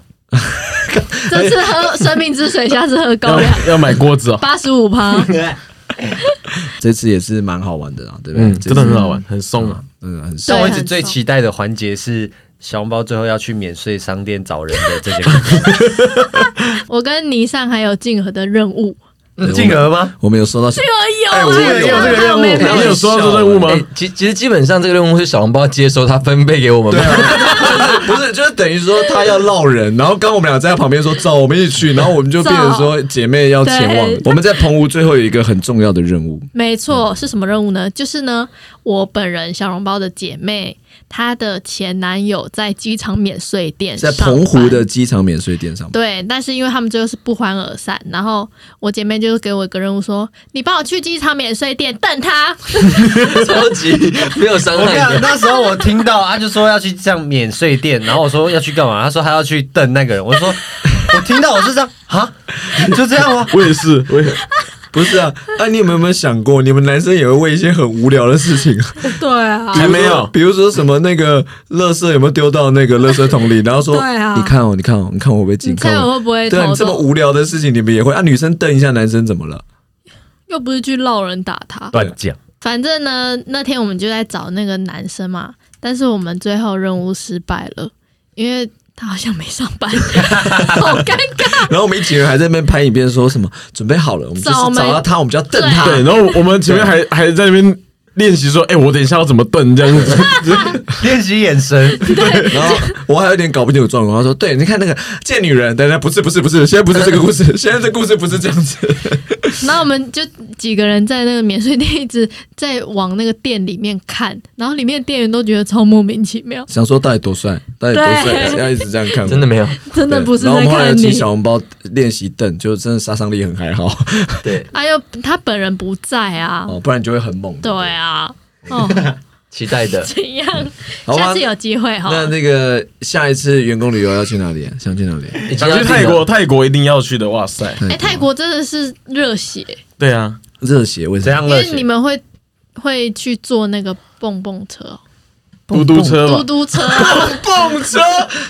[SPEAKER 2] 这次喝生命之水，下次喝高 粱，
[SPEAKER 4] 要买 锅子哦，
[SPEAKER 2] 八十五趴。
[SPEAKER 1] 这次也是蛮好玩的啊，对不对？
[SPEAKER 3] 嗯
[SPEAKER 1] 这
[SPEAKER 4] 真
[SPEAKER 1] 次
[SPEAKER 4] 的很好玩，很松啊。
[SPEAKER 1] 真的嗯很爽。
[SPEAKER 5] 但我一直
[SPEAKER 2] 很
[SPEAKER 5] 最
[SPEAKER 2] 爽
[SPEAKER 5] 期待的环节是小笼包最后要去免税商店找人的这件事。
[SPEAKER 2] 我跟尼尚还有静和的任务，
[SPEAKER 1] 对
[SPEAKER 5] 静
[SPEAKER 1] 我们
[SPEAKER 5] 儿吗？
[SPEAKER 1] 我们有收到小
[SPEAKER 2] 哎
[SPEAKER 4] 我也有这个任务，
[SPEAKER 2] 没
[SPEAKER 4] 你有收到这个任务吗？
[SPEAKER 3] 哎其其实基本上这个任务是小笼包接收，他分配给我们嘛。
[SPEAKER 1] 啊不是，就是等于说他要闹人，然后刚我们俩在他旁边说走，我们一起去，然后我们就变成说姐妹要前往
[SPEAKER 2] 对。
[SPEAKER 1] 我们在澎湖最后有一个很重要的任务，
[SPEAKER 2] 没错，是什么任务呢？就是呢，我本人小笼包的姐妹，她的前男友在机场免税店
[SPEAKER 1] 在
[SPEAKER 2] 上班，
[SPEAKER 1] 澎湖的机场免税店上班。
[SPEAKER 2] 对，但是因为他们最后是不欢而散，然后我姐妹就给我一个任务说，你帮我去机场免税店瞪他。
[SPEAKER 3] 超级没有伤
[SPEAKER 5] 我跟
[SPEAKER 3] 害
[SPEAKER 5] 你讲，
[SPEAKER 3] 的。
[SPEAKER 5] 那时候我听到他就说要去这样免税店，然后我说要去干嘛？他说他要去瞪那个人。我说我听到我是这样啊，就这样吗？
[SPEAKER 4] 我也是，我也
[SPEAKER 1] 不是啊，啊，你们有没有想过，你们男生也会为一些很无聊的事情，
[SPEAKER 2] 对啊，
[SPEAKER 4] 还没有
[SPEAKER 1] 比如说什么那个垃圾有没有丢到那个垃圾桶里，然后 说，
[SPEAKER 2] 对啊
[SPEAKER 1] 你看哦，你看哦，你看我会不会进，
[SPEAKER 2] 你看
[SPEAKER 1] 看
[SPEAKER 2] 我会不会
[SPEAKER 1] 对啊，
[SPEAKER 2] 偷
[SPEAKER 1] 你这么
[SPEAKER 2] 走
[SPEAKER 1] 无聊的事情你们也会啊？女生瞪一下男生怎么了？
[SPEAKER 2] 又不是去闹人打他。
[SPEAKER 5] 乱讲，
[SPEAKER 2] 反正呢，那天我们就在找那个男生嘛，但是我们最后任务失败了，因为他好像没上 班，好尴尬。
[SPEAKER 1] 然后我们一群人还在那边拍影片，说什么准备好了，我们就是
[SPEAKER 2] 找我
[SPEAKER 1] 找
[SPEAKER 2] 们
[SPEAKER 1] 到他，我们就要瞪他。
[SPEAKER 4] 对。然后我们前面还还在那边练习说，哎，我等一下要怎么瞪这样子。
[SPEAKER 5] 练习眼神，
[SPEAKER 1] 然 后我还有点搞不清楚状况，他说：“对，你看那个贱女人，等等，不是不是不是，现在不是这个故 事，现在这故事不是这样子。
[SPEAKER 2] 然后我们就几个人在那个免税店一直在往那个店里面看，然后里面的店员都觉得超莫名其妙”，
[SPEAKER 1] 想说到底多帅，到底多帅，
[SPEAKER 2] 对
[SPEAKER 1] 要一直这样看，
[SPEAKER 3] 真的没有，
[SPEAKER 2] 真的
[SPEAKER 1] 对
[SPEAKER 2] 不是
[SPEAKER 1] 然后我
[SPEAKER 2] 在
[SPEAKER 1] 们后来
[SPEAKER 2] 看你
[SPEAKER 1] 请。小红包练习瞪，就真的杀伤力很还 好
[SPEAKER 3] 对，
[SPEAKER 2] 哎呦，他本人不在啊，
[SPEAKER 1] 哦，不然你就会很猛。
[SPEAKER 2] 对啊， 哦，
[SPEAKER 3] 期待的。
[SPEAKER 2] 怎样？
[SPEAKER 1] 好吧
[SPEAKER 2] 下次有机会哈。哎
[SPEAKER 1] 那那个下一次员工旅游要去哪里、啊？想去哪里、
[SPEAKER 3] 已经
[SPEAKER 4] 想
[SPEAKER 3] 要
[SPEAKER 4] 去
[SPEAKER 3] 定
[SPEAKER 4] 泰
[SPEAKER 3] 了
[SPEAKER 4] 国，，泰国一定要去的，哇塞！
[SPEAKER 2] 哎、泰国真的是热血，
[SPEAKER 4] 对啊，
[SPEAKER 1] 热血为
[SPEAKER 5] 怎
[SPEAKER 1] 什么？
[SPEAKER 2] 因
[SPEAKER 5] 样热
[SPEAKER 2] 为你
[SPEAKER 5] 血？
[SPEAKER 2] 们会会去坐那个蹦蹦车哦。
[SPEAKER 4] 嘟嘟车
[SPEAKER 2] 嘟
[SPEAKER 4] 嘛，
[SPEAKER 2] 嘟车，啊
[SPEAKER 1] 蹦车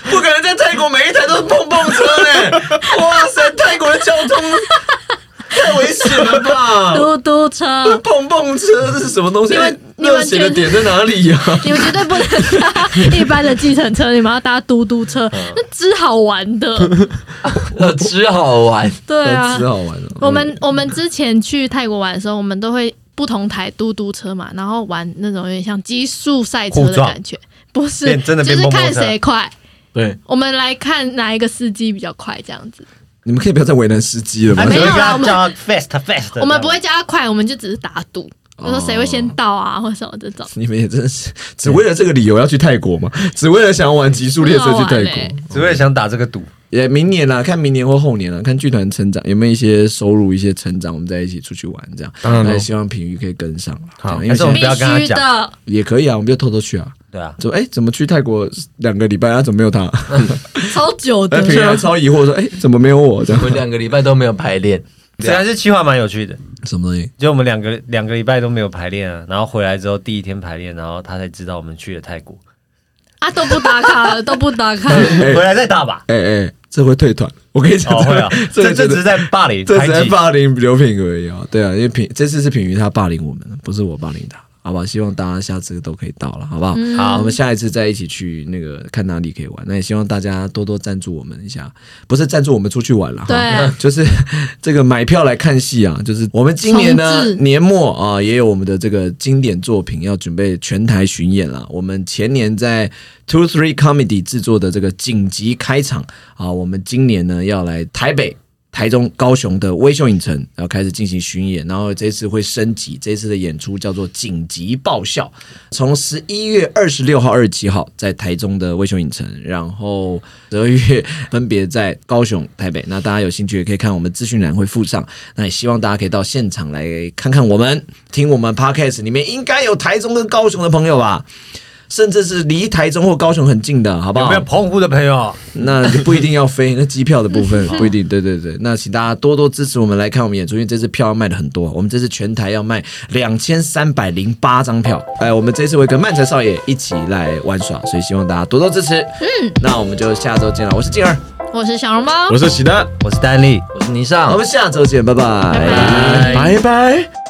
[SPEAKER 1] 不可能在泰国每一台都是蹦蹦车呢、哇塞，泰国的交通太危险了吧！
[SPEAKER 2] 嘟嘟车，
[SPEAKER 1] 碰碰车这是什么东西
[SPEAKER 2] 你们？你们
[SPEAKER 1] 热血的
[SPEAKER 2] 觉得
[SPEAKER 1] 点在哪里呀、
[SPEAKER 2] 你们绝对不能搭一般的计程车，你们要搭嘟嘟车，
[SPEAKER 1] 嗯
[SPEAKER 2] 那只好玩的。
[SPEAKER 3] 呃，只好玩。
[SPEAKER 2] 对啊，
[SPEAKER 1] 只好玩
[SPEAKER 5] 嗯
[SPEAKER 1] 哦。
[SPEAKER 2] 我们我们之前去泰国玩的时候，我们都会不同台嘟嘟车嘛，然后玩那种有点像极速赛车
[SPEAKER 5] 互
[SPEAKER 2] 的
[SPEAKER 5] 撞
[SPEAKER 2] 感觉，不是，
[SPEAKER 5] 变真的
[SPEAKER 2] 就
[SPEAKER 5] 变
[SPEAKER 2] 是
[SPEAKER 5] 蹦蹦
[SPEAKER 2] 看
[SPEAKER 5] 车
[SPEAKER 2] 谁快。
[SPEAKER 4] 对，
[SPEAKER 2] 我们来看哪一个司机比较快，这样子。
[SPEAKER 1] 你们可以不要再为难司机了吗
[SPEAKER 2] 哎？没有啊
[SPEAKER 5] 你会叫他
[SPEAKER 2] 我们
[SPEAKER 5] 叫他 fast fast，
[SPEAKER 2] 我们不会叫他快，我们就只是打赌，
[SPEAKER 5] 哦
[SPEAKER 2] 就说谁会先到啊，或什么这种。
[SPEAKER 1] 你们也真是只为了这个理由要去泰国吗？只为了想要玩极速列车去泰
[SPEAKER 2] 很好玩欸
[SPEAKER 1] 国？
[SPEAKER 5] 只会想打这个赌。
[SPEAKER 1] 也明年啦，看明年或后年啦，看剧团成长有没有一些收入、一些成长，我们再一起出去玩这样。
[SPEAKER 4] 当然咯
[SPEAKER 1] 那也希望品瑜可以跟上了。
[SPEAKER 5] 好
[SPEAKER 1] 这样因为现在
[SPEAKER 5] 我们不要跟他
[SPEAKER 2] 必须的，
[SPEAKER 1] 也可以啊，我们就偷偷去啊。
[SPEAKER 5] 对啊，
[SPEAKER 1] 怎么哎？怎么去泰国两个礼拜啊？怎么没有 他？
[SPEAKER 2] 超久
[SPEAKER 1] 哎，
[SPEAKER 5] 啊
[SPEAKER 2] 的。
[SPEAKER 1] 平常超疑惑说哎，怎么没有我？这
[SPEAKER 3] 我
[SPEAKER 1] 样
[SPEAKER 3] 两个礼拜都没有排练，
[SPEAKER 5] 虽然是计划蛮有趣的，
[SPEAKER 1] 什么东西？
[SPEAKER 5] 就我们两个两个礼拜都没有排练啊，然后回来之后第一天排练，然后他才知道我们去了泰国，
[SPEAKER 2] 啊，都不打卡了，都不打卡。
[SPEAKER 1] 哎
[SPEAKER 5] 回来再打吧。
[SPEAKER 1] 哎哎，这会退团。我跟你讲，
[SPEAKER 5] 哦，会啊，
[SPEAKER 1] 这
[SPEAKER 5] 这
[SPEAKER 1] 个真
[SPEAKER 5] 这只
[SPEAKER 1] 的
[SPEAKER 5] 是在霸凌
[SPEAKER 1] 这
[SPEAKER 5] 排
[SPEAKER 1] 只是
[SPEAKER 5] 挤。
[SPEAKER 1] 霸凌刘品而已啊，对啊，因为品这次是品瑜他霸凌我们，不是我霸凌他，好吧？希望大家下次都可以到了，好不好？
[SPEAKER 5] 好
[SPEAKER 1] 我们下一次再一起去那个看哪里可以玩，那也希望大家多多赞助我们一下，不是赞助我们出去玩了，哈
[SPEAKER 2] 对，
[SPEAKER 1] 就是这个买票来看戏啊，就是我们今年呢
[SPEAKER 2] 重置
[SPEAKER 1] 年末啊，也有我们的这个经典作品要准备全台巡演了。我们前年在 Two Three Comedy 制作的这个紧急开场啊，我们今年呢要来台北。台中、高雄的微秀影城，然后开始进行巡演，然后这次会升级，这次的演出叫做“紧急爆笑”，从十一月二十六号、二十七号在台中的微秀影城，然后十二月分别在高雄、台北。那大家有兴趣也可以看我们资讯栏会附上。那也希望大家可以到现场来看看我们，听我们 podcast 里面应该有台中跟高雄的朋友吧，甚至是离台中或高雄很近的，好不
[SPEAKER 5] 有
[SPEAKER 1] 好？
[SPEAKER 5] 没有澎湖的朋友？
[SPEAKER 1] 那不一定要飞，那机票的部分不一 定。对对对，那请大家多多支持我们来看我们演出，因为这次票要卖的很多，我们这次全台要卖两千三百零八张票。哎，我们这次会跟曼城少爷一起来玩耍，所以希望大家多多支持。嗯，那我们就下周见了，我是静儿，
[SPEAKER 2] 我是小笼包
[SPEAKER 4] 我，是喜丹，
[SPEAKER 5] 我是丹力。
[SPEAKER 3] 我是倪
[SPEAKER 1] 我
[SPEAKER 3] 尚
[SPEAKER 1] 们。下周见，拜拜
[SPEAKER 2] 拜
[SPEAKER 3] 拜
[SPEAKER 4] 拜拜。